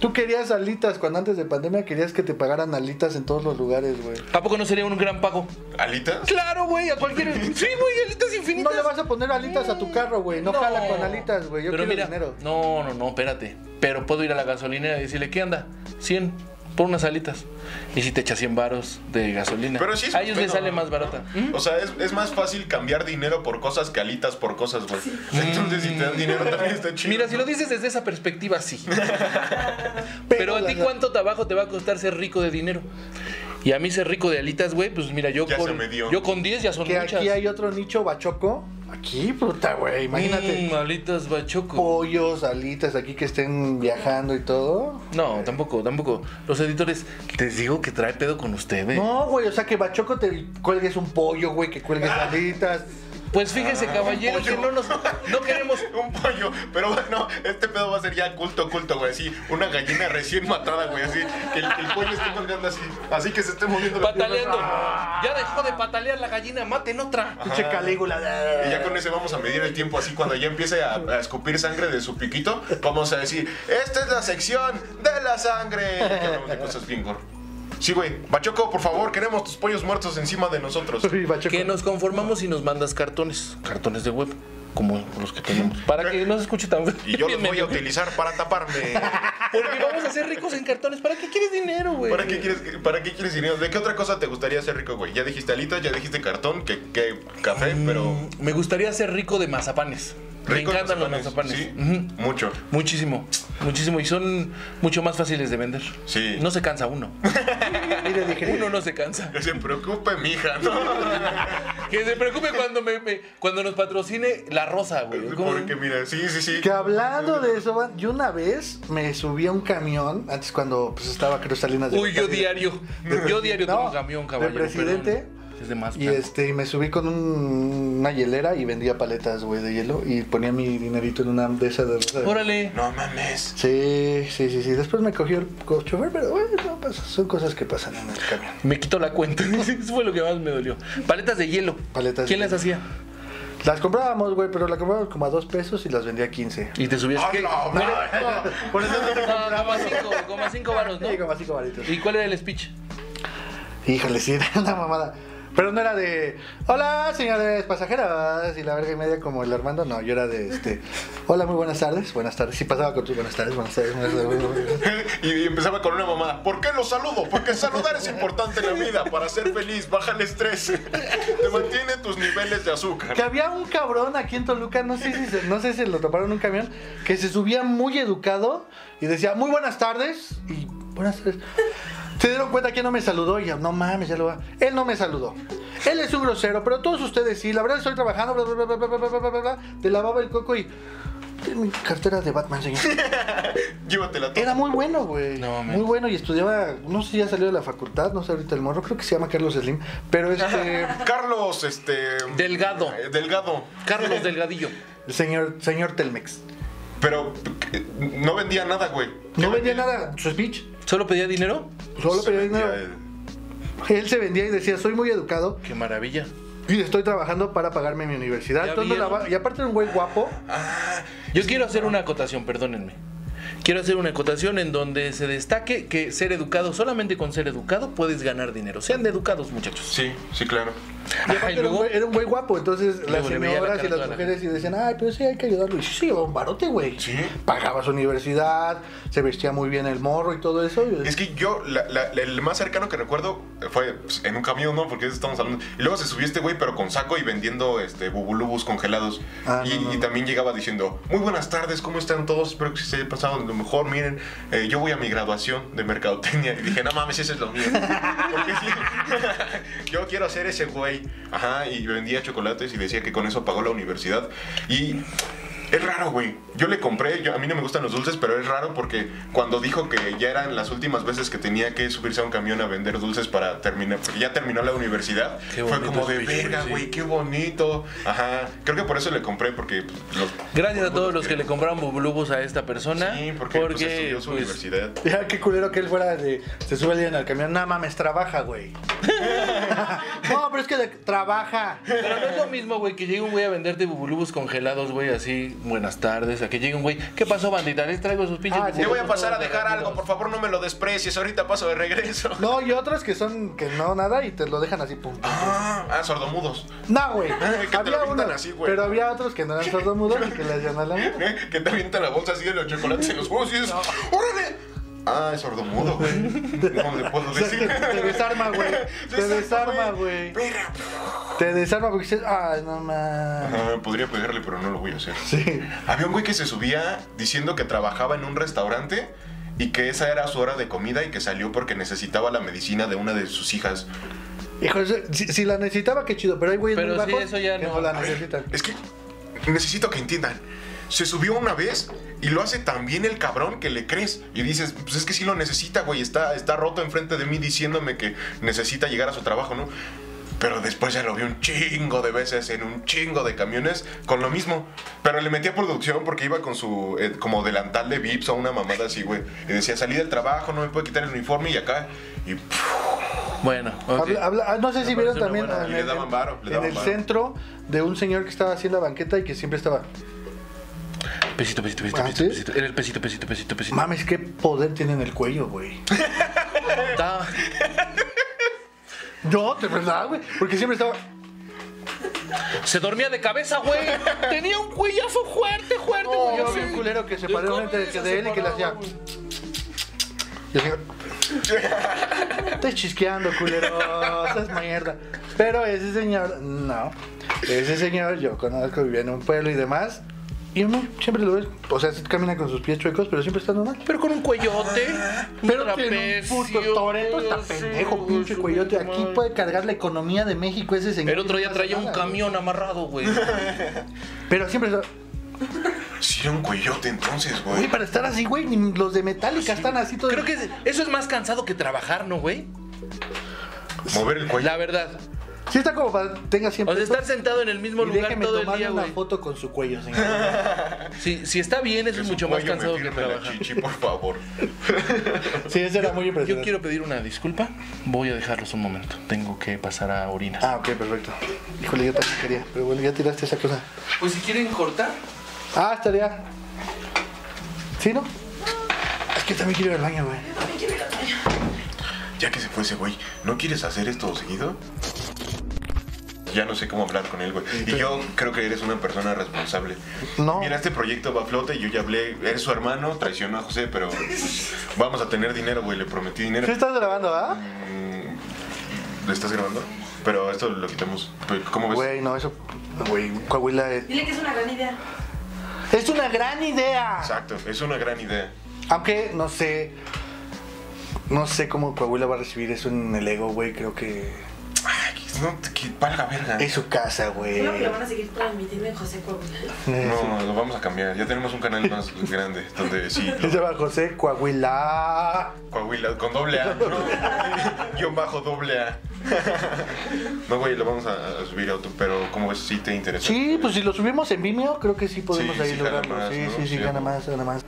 D: Tú querías alitas cuando antes de pandemia querías que te pagaran alitas en todos los lugares, güey.
E: ¿A poco no sería un gran pago?
F: ¿Alitas?
E: Claro, güey, a cualquier. Sí, güey, alitas
D: No
E: infinitas.
D: le vas a poner alitas a tu carro, güey. No, jala con alitas, güey. Yo
E: Pero
D: quiero
E: mira,
D: dinero.
E: No, no, no, espérate. Pero puedo ir a la gasolinera y decirle, ¿qué anda? 100 por unas alitas. Y si te echa 100 varos de gasolina.
F: Pero sí es
E: a ellos les
F: pedo,
E: sale
F: ¿no?
E: más barata. ¿Mm?
F: O sea, es, es más fácil cambiar dinero por cosas que alitas por cosas, güey. Entonces, si te dan dinero, también está chido.
E: Mira, si lo dices desde esa perspectiva, sí.
D: Pero
E: Pero a ti,
D: las-
E: ¿cuánto trabajo te va a costar ser rico de dinero? Y a mí ser rico de alitas, güey, pues mira, yo,
F: Ya se
E: con,
F: me dio.
E: yo con 10 ya son
D: Que
E: muchas.
D: aquí hay otro nicho bachoco. Aquí, puta, güey. Imagínate.
E: Mm, alitas bachoco.
D: Pollos, alitas aquí que estén viajando y todo.
E: No, tampoco, tampoco. Los editores, les digo que trae pedo con ustedes.
D: No, güey, o sea que bachoco te cuelgues un pollo, güey, que cuelgues
E: Ah.
D: alitas.
E: Pues fíjense, caballero, que no nos. No queremos.
F: Un pollo, pero bueno, este pedo va a ser ya culto, culto, güey. Así, una gallina recién matada, güey. Así, que el, que el pollo esté colgando así. Así que se esté moviendo la
E: Pataleando.
F: pierna.
E: Ya dejó de patalear la gallina, maten otra.
D: Pinche calígula.
F: Y ya con ese vamos a medir el tiempo así cuando ya empiece a, a escupir sangre de su piquito, vamos a decir, esta es la sección de la sangre. Y aquí hablamos de cosas bien gore. Sí, güey. Bachoco, por favor, queremos tus pollos muertos encima de nosotros.
D: Uy, bachoco.
E: Que nos conformamos y nos mandas cartones. Cartones de web, como los que tenemos. Para que no se escuche tan.
F: Y yo los voy a utilizar para taparme.
E: Porque vamos a ser ricos en cartones. ¿Para qué quieres dinero, güey?
F: ¿Para qué quieres, para qué quieres dinero? ¿De qué otra cosa te gustaría ser rico, güey? Ya dijiste alitas, ya dijiste cartón, que, que café, pero.
E: Mm, Me gustaría ser rico de mazapanes. Me
F: rico en
E: encantan los mazapanes.
F: ¿sí?
E: Ujú.
F: Mucho.
E: Muchísimo, muchísimo. Y son mucho más fáciles de vender.
F: Sí.
E: No se cansa uno. uno no se cansa.
F: Que se preocupe, mija, ¿no?
E: Que se preocupe cuando me, me- cuando nos patrocine la rosa, güey. ¿Cómo?
F: Porque mira, sí, sí, sí.
D: Que hablando de eso, van, yo una vez me subí a un camión, antes cuando pues, estaba Cruz Salinas de
E: Uy, yo
D: Gortari.
E: diario. Yo diario
D: No,
E: tengo un camión,
D: de
E: caballero.
D: presidente.
E: perdón. Es de más.
D: Y este, y me subí con un- una hielera y vendía paletas, güey, de hielo. Y ponía mi dinerito en una de esas de rosa.
E: Órale.
F: No mames.
D: Sí, sí, sí, sí. Después me cogió el co- chofer, pero bueno, no pasa, son cosas que pasan en el camión.
E: Me quito la cuenta. Eso fue lo que más me dolió. Paletas de hielo.
D: Paletas
E: ¿Quién
D: de
E: las hacía?
D: Las comprábamos, güey, pero las comprábamos como a dos pesos y las vendía a 15.
E: Y te subías.
F: ¡Ah,
E: ¿qué?
F: la madre!
D: Por eso no te
E: No, como
D: compraba.
E: a cinco, como a cinco varos, ¿no?
D: Sí, como a cinco varitos.
E: ¿Y cuál era el speech?
D: Híjole, sí, era una mamada. Pero no era de, hola señores pasajeros y la verga y media como el Armando, no, yo era de este, hola muy buenas tardes, buenas tardes, sí pasaba con tus buenas tardes, buenas tardes, buenas tardes, buenas tardes.
F: Y y empezaba con una mamada. ¿Por qué los saludo? Porque saludar es importante en la vida. Para ser feliz, baja el estrés. Te mantiene tus niveles de
D: Que
F: azúcar.
D: había un cabrón aquí en Toluca, no sé si se, no sé si lo toparon en un camión, que se subía muy educado y decía muy buenas tardes y buenas tardes. Se dieron cuenta que no me saludó y yo, no mames, ya lo va. Él no me saludó. Él es un grosero, pero todos ustedes sí, la verdad estoy trabajando, bla, bla, bla, bla, bla, bla, bla, bla, bla. Te lavaba el coco y. "Ten Mi cartera de Batman, señor.
F: Llévatela tú.
D: Era muy bueno, güey.
E: No mames.
D: muy bueno y estudiaba, no sé si ya salió de la facultad, no sé ahorita el morro, creo que se llama Carlos Slim, pero este.
F: Carlos, este.
E: Delgado.
F: eh, Delgado.
E: Carlos Delgadillo.
D: el señor, señor Telmex.
F: Pero eh, no vendía nada, güey.
E: Ah,
D: No vendía nada, su speech.
E: ¿Solo pedía dinero?
D: Solo
F: Se
D: pedía
F: vendía eh,
D: dinero. Él se vendía y decía, soy muy educado
E: Qué maravilla.
D: y estoy trabajando para pagarme mi universidad.
E: Ya
D: Entonces,
E: vieron.
D: la va- y aparte era un güey guapo.
E: Yo quiero hacer una acotación, perdónenme. Quiero hacer una acotación en donde se destaque que ser educado, solamente con ser educado puedes ganar dinero. Sean de educados, muchachos.
F: Sí, sí, claro.
E: Ajá,
D: Y aparte
E: y
D: era, un
E: luego,
D: güey, era un güey guapo. Entonces las
E: Luego le veía
D: señoras
E: la cara
D: y las
E: toda la
D: mujeres y decían, ay, pero sí hay que ayudarlo. Y sí, se llevaba un barote, güey.
F: Sí.
D: Pagaba su universidad, se vestía muy bien el morro y todo eso. Y-
F: Es que yo, la- la- la- el más cercano que recuerdo fue pues, en un camión, ¿no? Porque de eso estamos hablando. Y luego se subió este güey, pero con saco y vendiendo este bubulubus congelados.
D: Ah,
F: y,
D: no, no,
F: y
D: no.
F: también llegaba diciendo: Muy buenas tardes, ¿cómo están todos? Espero que se hayan pasado lo mejor. Miren, eh, yo voy a mi graduación de mercadotecnia. Y dije: No mames, ese es lo mío. Porque sí, yo quiero ser ese güey. Ajá, y vendía chocolates y decía que con eso pagó la universidad. Y Es raro, güey. Yo le compré, yo- a mí no me gustan los dulces, pero es raro porque cuando dijo que ya eran las últimas veces que tenía que subirse a un camión a vender dulces para terminar, porque ya terminó la universidad,
E: Qué
F: fue
E: bonito
F: como de
E: speech, güey,
F: verga,
E: sí.
F: güey, qué bonito. Ajá, creo que por eso le compré, porque... pues, los-
E: Gracias a
F: los
E: todos los que le
F: quería.
E: compraron bubulubus a esta persona.
F: Sí, porque, pues, estudió su
E: pues,
F: universidad.
D: Ya, qué culero que él fuera de. Se sube alguien al camión. Nada mames, trabaja, güey. no, pero es que de- trabaja.
E: Pero no es lo mismo, güey, que llegue un güey a venderte bubulubus congelados, güey, así, buenas tardes, a que llegue un güey. ¿Qué pasó, bandita? Les traigo sus pinches.
D: Ah,
E: bubulubus
F: Te voy a pasar a
E: todos
F: dejar
E: derretidos".
F: algo, por favor no me lo desprecies, ahorita paso de regreso.
D: No, y otros que son que no nada y te lo dejan así, pum. pum.
F: Ah, ah, sordomudos.
D: No, güey.
F: Ah, que te
D: Había
F: lo pintan
D: unos,
F: así, güey.
D: pero había otros que no eran sordomudos y que le hacían a la mano.
F: ¿Eh? Que te avientan la bolsa así de los chocolates y los huevos y dices, ¡órale! Ah, es sordomudo, güey. No le puedo
D: sea,
F: decir.
D: te- te desarma, güey. Te desarma, güey.
F: Verga.
D: Te desarma porque dices, ay, no mames.
F: Ah, podría pegarle, pero no lo voy a hacer.
D: Sí.
F: Había un güey que se subía diciendo que trabajaba en un restaurante y que esa era su hora de comida y que salió porque necesitaba la medicina de una de sus hijas.
D: Hijo, eso- si, si la necesitaba, qué chido. Pero hay güeyes
E: Pero
D: muy
E: sí,
D: bajos
E: eso ya
D: que
E: no.
D: no la
F: A ver,
D: necesitan.
F: Es que necesito que entiendan. Se subió una vez y lo hace tan bien el cabrón que le crees. Y dices, pues es que sí lo necesita, güey. Está, está roto enfrente de mí diciéndome que necesita llegar a su trabajo, ¿no? Pero después ya lo vi un chingo de veces en un chingo de camiones con lo mismo. Pero le metía producción porque iba con su eh, como delantal de Vips o una mamada así, güey. Y decía, salí del trabajo, no me puedo quitar el uniforme y acá. Y pff,
E: Bueno, ok.
D: Habla- habla- ah, no sé si vieron
E: parece una
D: también
E: buena-
D: en
F: Le
D: el,
F: daban varo, le
D: en
F: daban
D: el
F: varo.
D: centro de un señor que estaba haciendo la banqueta y que siempre estaba.
E: Pesito, pesito, pesito,
D: ¿Ah,
E: pesito,
D: sí?
E: pesito. Era el pesito, pesito, pesito, pesito.
D: Mames, qué poder tiene en el cuello, güey.
E: Estaba-
D: No, de verdad, güey. Porque siempre estaba.
E: Se dormía de cabeza, güey. Tenía un cuellazo fuerte, fuerte, güey.
D: yo
E: así.
D: vi un culero que se
E: De
D: paró
E: cómo
D: enfrente de,
E: se
D: de él y que le hacía.
E: separaba, güey.
D: Y así, Estás chisqueando, culero. Esas mierda. Pero ese señor, no. Ese señor, yo conozco, vivía en un pueblo y demás. Y uno siempre lo ves. O sea, sí camina con sus pies chuecos, pero siempre está normal.
E: Pero con un cuellote. un
D: Pero tiene un
E: trapecio,
D: puto Toreto está
E: sí,
D: pendejo,
E: güey,
D: pinche
E: su
D: cuellote.
E: puta
D: Aquí
E: madre.
D: puede cargar la economía de México ese señor.
E: El otro día
D: No pasa
E: traía un
D: nada, güey.
E: camión amarrado, güey.
D: Pero siempre. está-
F: sí era un cuellote entonces,
D: Güey,
F: güey.
D: para estar así, güey, ni los de Metallica están así todos.
E: Creo que es- eso es más cansado que trabajar, ¿no, güey?
F: Mover el cuello.
E: La verdad.
D: Sí, está como para. Tenga
E: O
D: siempre.
E: sea, estar sentado en el mismo
D: y
E: lugar
D: déjeme
E: todo el
D: tomarle
E: día,
D: una
E: güey.
D: foto con su cuello, señor.
E: Si, si está bien, eso es
F: su
E: mucho más
F: cuello me
E: cansado que
F: firme la
E: trabajar.
F: Chichi, por favor.
D: Sí, eso era muy
E: Yo
D: impresionante.
E: quiero pedir una disculpa. Voy a dejarlos un momento. Tengo que pasar a orinar.
D: Ah, ok, perfecto. Híjole, yo también quería. Pero bueno, ya tiraste esa cosa.
E: Pues si quieren cortar.
D: Ah, estaría. ¿Sí, no? Es que también quiero ir al baño, güey.
F: Ya que se fue ese güey, ¿no quieres hacer esto seguido? Ya no sé cómo hablar con él, güey. Y yo creo que eres una persona responsable.
D: No.
F: Mira, este proyecto va a flote, yo ya hablé. Eres su hermano, traicionó a José, pero pues, vamos a tener dinero, güey. Le prometí dinero.
D: Sí, estás grabando, ¿ah?
F: ¿Lo estás grabando? Pero esto lo quitamos. Pero, ¿Cómo ves?
D: Güey, no, eso. Güey, Coahuila es.
G: Dile que es una gran idea.
D: Es una gran idea.
F: Exacto, es una gran idea.
D: Aunque no sé. No sé cómo Coahuila va a recibir eso en el ego, güey. Creo que.
F: Ay, no, te- que valga verga.
D: Es su casa, güey.
G: Creo que lo van a seguir transmitiendo en José Coahuila.
F: No, lo vamos a cambiar. Ya tenemos un canal más grande donde sí. lo-
D: Se llama José Coahuila.
F: Coahuila, con doble A, ¿no? Guión bajo doble A. No, güey, lo vamos a, a subir a YouTube, pero como ves, sí te interesa.
D: Sí, pues si lo subimos en Vimeo, creo que sí podemos
F: Sí,
D: ahí
F: sí gana
D: lograrlo.
F: más,
D: sí,
F: ¿no?
D: sí, sí,
F: Sí.
D: gana más, gana más.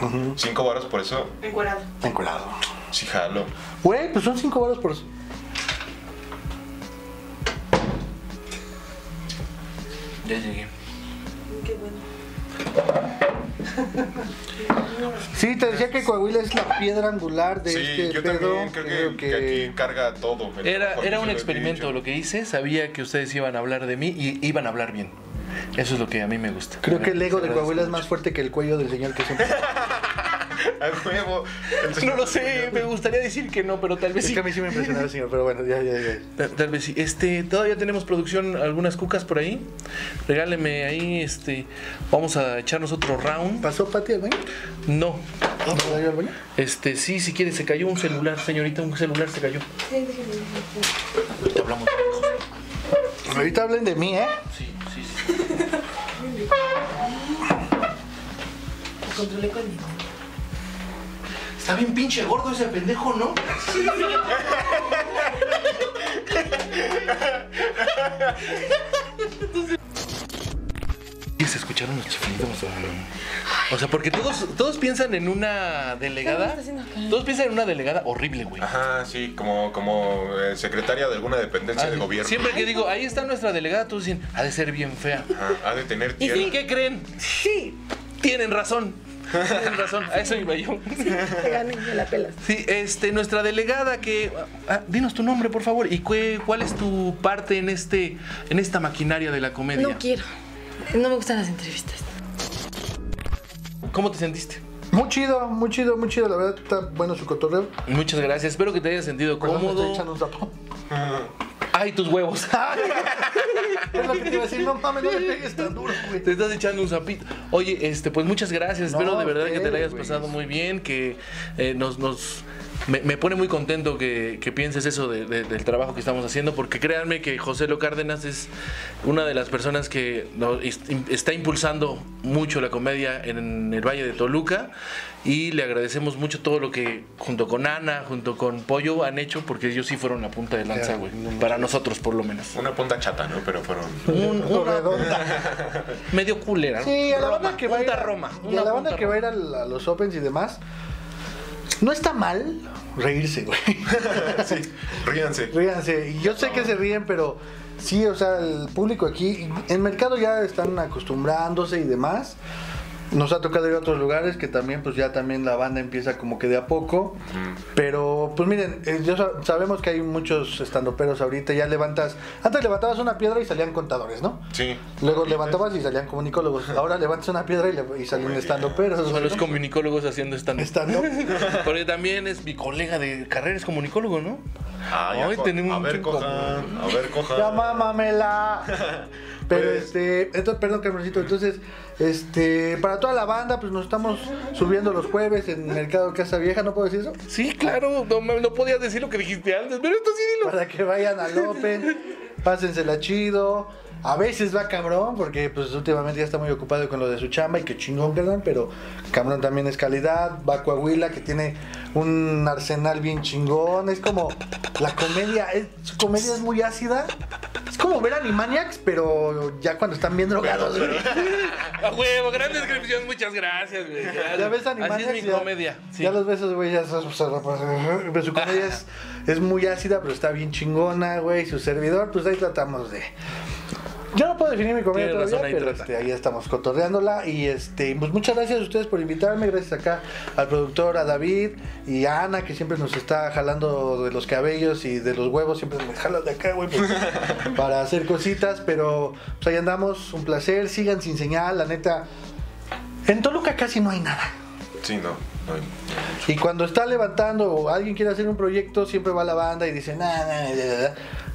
D: Ujú,
F: Cinco varos por eso,
G: Encuadrado.
D: encuerado.
F: sí jalo.
D: Güey, pues son 5 baros por.
E: Ya llegué.
G: Qué bueno.
D: Sí, te decía que Coahuila es la piedra angular de
F: Sí,
D: este
F: yo
D: pedo.
F: también creo que, que aquí carga todo. el
E: Era,
F: trabajo,
E: era
F: yo
E: un
F: lo he
E: experimento
F: dicho.
E: lo que hice. Sabía que ustedes iban a hablar de mí y iban a hablar bien. Eso es lo que a mí me gusta.
D: Creo que el ego de
E: Se agradece
D: Coahuila es
E: mucho.
D: más fuerte que el cuello del señor que siempre.
F: A huevo. Entonces-
E: No lo sé, me gustaría decir que no, pero tal vez
D: Es
E: sí.
D: que a mí sí me impresionaba el señor, pero bueno, ya, ya, ya.
E: Tal, tal vez sí. Este, todavía tenemos producción, algunas cucas por ahí. Regáleme ahí, este. Vamos a echarnos otro round.
D: ¿Pasó Pati al baño?
E: No.
D: ¿No puedo ir al baño?
E: Este, sí, si quiere, se cayó un celular, señorita, un celular se cayó.
G: Sí, déjeme. déjeme.
E: Te hablamos.
D: Ahorita hablen de mí, ¿eh?
E: Sí, sí, sí.
G: Lo controlé con mi mano.
E: Está bien pinche gordo ese pendejo, ¿no? Y se escucharon los chiflidos. O sea, porque todos, todos piensan en una delegada. Todos piensan en una delegada horrible, güey.
F: Ajá, sí, como, como eh, secretaria de alguna dependencia de gobierno.
E: Ah, Siempre que digo, ahí está nuestra delegada, todos dicen, ha de ser bien fea.
F: Ajá, ha de tener
E: ¿Y
F: tierra.
E: qué creen? Sí, tienen razón. Tienen razón, a eso iba yo.
I: Te gané, me la pelas.
E: Sí, este, nuestra delegada que. ah, dinos tu nombre, por favor. ¿Y cué- cuál es tu parte en este. en esta maquinaria de la comedia?
I: No quiero. No me gustan las entrevistas.
E: ¿Cómo te sentiste?
D: Muy chido, muy chido, muy chido. La verdad está bueno su cotorreo.
E: Muchas gracias. Espero que te hayas sentido
D: Perdón, me estoy
E: cómodo.
D: echando un tapón.
E: ¡Ay, tus huevos!
D: Es lo que te iba a decir, no mames, no le pegues tan duro, güey.
E: Te estás echando un zapito. Oye, este, pues muchas gracias.
D: No,
E: Espero de verdad que te la
D: ustedes,
E: hayas
D: güey.
E: pasado muy bien, que eh, nos, nos me, me pone muy contento que, que pienses eso de- de- del trabajo que estamos haciendo, porque créanme que José Lo Cárdenas es una de las personas que nos is- im- está impulsando mucho la comedia en el Valle de Toluca y le agradecemos mucho todo lo que junto con Ana, junto con Pollo han hecho, porque ellos sí fueron la punta de lanza, güey, para nosotros por lo menos.
F: Una punta chata, ¿no? Pero fueron.
E: Un, un-
D: Redonda.
E: medio culera. ¿no?
D: Sí, a la
E: Roma,
D: banda que va a ir
E: punta
D: a-
E: Roma.
D: y
E: una
D: a la banda
E: punta
D: que va a ir a, la- a los Opens y demás. No está mal reírse, güey.
F: Sí, ríanse.
D: Ríanse. Y yo sé que se ríen, pero sí, o sea, el público aquí, el mercado ya están acostumbrándose y demás. Nos ha tocado ir a otros lugares que también, pues ya también la banda empieza como que de a poco. Pero, pues miren, eh, yo sa- sabemos que hay muchos estandoperos ahorita, ya levantas, antes levantabas una piedra y salían contadores, ¿no?
F: Sí. pues.
D: Luego levantabas y salían comunicólogos. Ahora levantas una piedra y, le- y salen estandoperos.
E: Son los comunicólogos haciendo stand
D: Estando.
E: Porque también es mi colega de carrera, es comunicólogo, ¿no?
F: Ah, ya
E: Ay,
F: co-
E: tenemos
F: a ver,
E: mucho
F: cojan. A ver, cojan.
D: Ya mámamela. Pero
F: Pues-
D: este, entonces, perdón, Carmencito, entonces, este, para toda la banda, pues nos estamos subiendo los jueves en Mercado Casa Vieja, ¿no puedo decir eso?
E: Sí, claro, no, mames, no podías decir lo que dijiste antes, pero esto sí dilo.
D: Para que vayan al Open, pásensela chido. A veces va cabrón, porque pues últimamente ya está muy ocupado con lo de su chamba y que chingón, ¿verdad? Pero cabrón también es calidad. Va a Coahuila, que tiene un arsenal bien chingón. Es como la comedia, es- su comedia es muy ácida. Es como ver Animaniacs, pero ya cuando están bien drogados, güey.
E: A huevo, gran descripción, muchas gracias, güey.
D: Ya ves
E: Así
D: Animaniacs.
E: es mi
D: ya-
E: comedia. sí.
D: Ya los ves, esos güey, ya sos- pero su comedia es, es muy ácida, pero está bien chingona, güey. Su servidor, pues ahí tratamos de. Yo no puedo definir mi comedia
E: Tienes
D: todavía,
E: razón, ahí
D: pero
E: trata.
D: este, ahí estamos cotorreándola. Y este, pues muchas gracias a ustedes por invitarme. Gracias acá al productor, a David y a Ana, que siempre nos está jalando de los cabellos y de los huevos. Siempre me jalan de acá, güey, pues, para hacer cositas. Pero pues ahí andamos. Un placer. Sigan sin señal, la neta. En Toluca casi no hay nada.
F: Sí, no. no hay-
D: Y cuando está levantando o alguien quiere hacer un proyecto, siempre va la banda y dice, nada,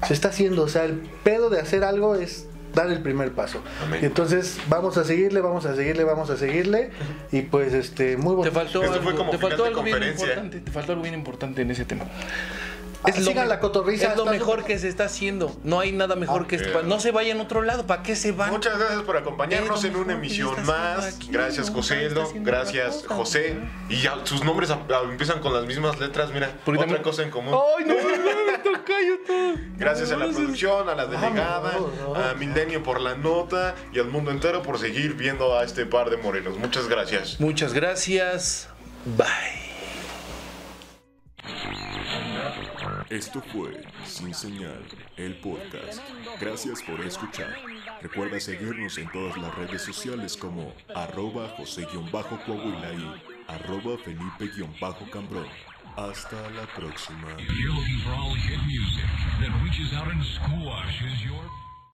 D: se está haciendo. O sea, el pedo de hacer algo es dar el primer paso.
F: Amén.
D: Y entonces vamos a seguirle, vamos a seguirle, vamos a seguirle. Y pues, este, muy
E: Te
D: bonito.
E: faltó
F: Esto fue
E: algo,
F: como
E: te
F: final
E: faltó
F: de
E: algo bien
F: conferencia.
E: importante, te faltó algo bien importante en ese tema.
D: Ah, sigan
E: me-
D: la cotorriza,
E: Es lo
D: está
E: mejor
D: súper-
E: que se está haciendo. No hay nada mejor que este.
F: Ah, Ok.
E: No se vayan a otro lado. ¿Para qué se van?
F: Muchas gracias por acompañarnos en una emisión más. Gracias, José. Edo. Gracias, José. Y ya sus nombres a- a- empiezan con las mismas letras. Mira,
E: Porque
F: otra
E: también- Oh,
F: cosa en común.
E: Ay, no, no, no, tocayo, todo.
F: Gracias a la producción, a la delegada,
D: no, no,
F: a Milenio por la nota y al mundo entero por seguir viendo a este par de morenos. Muchas gracias.
E: Muchas gracias. Bye.
B: Esto fue Sin Señal, el podcast. Gracias por escuchar. Recuerda seguirnos en todas las redes sociales como arroba José-Coahuila y arroba Felipe-Cambrón. Hasta la próxima.
A: If you're looking for all hit music that reaches out and squashes your...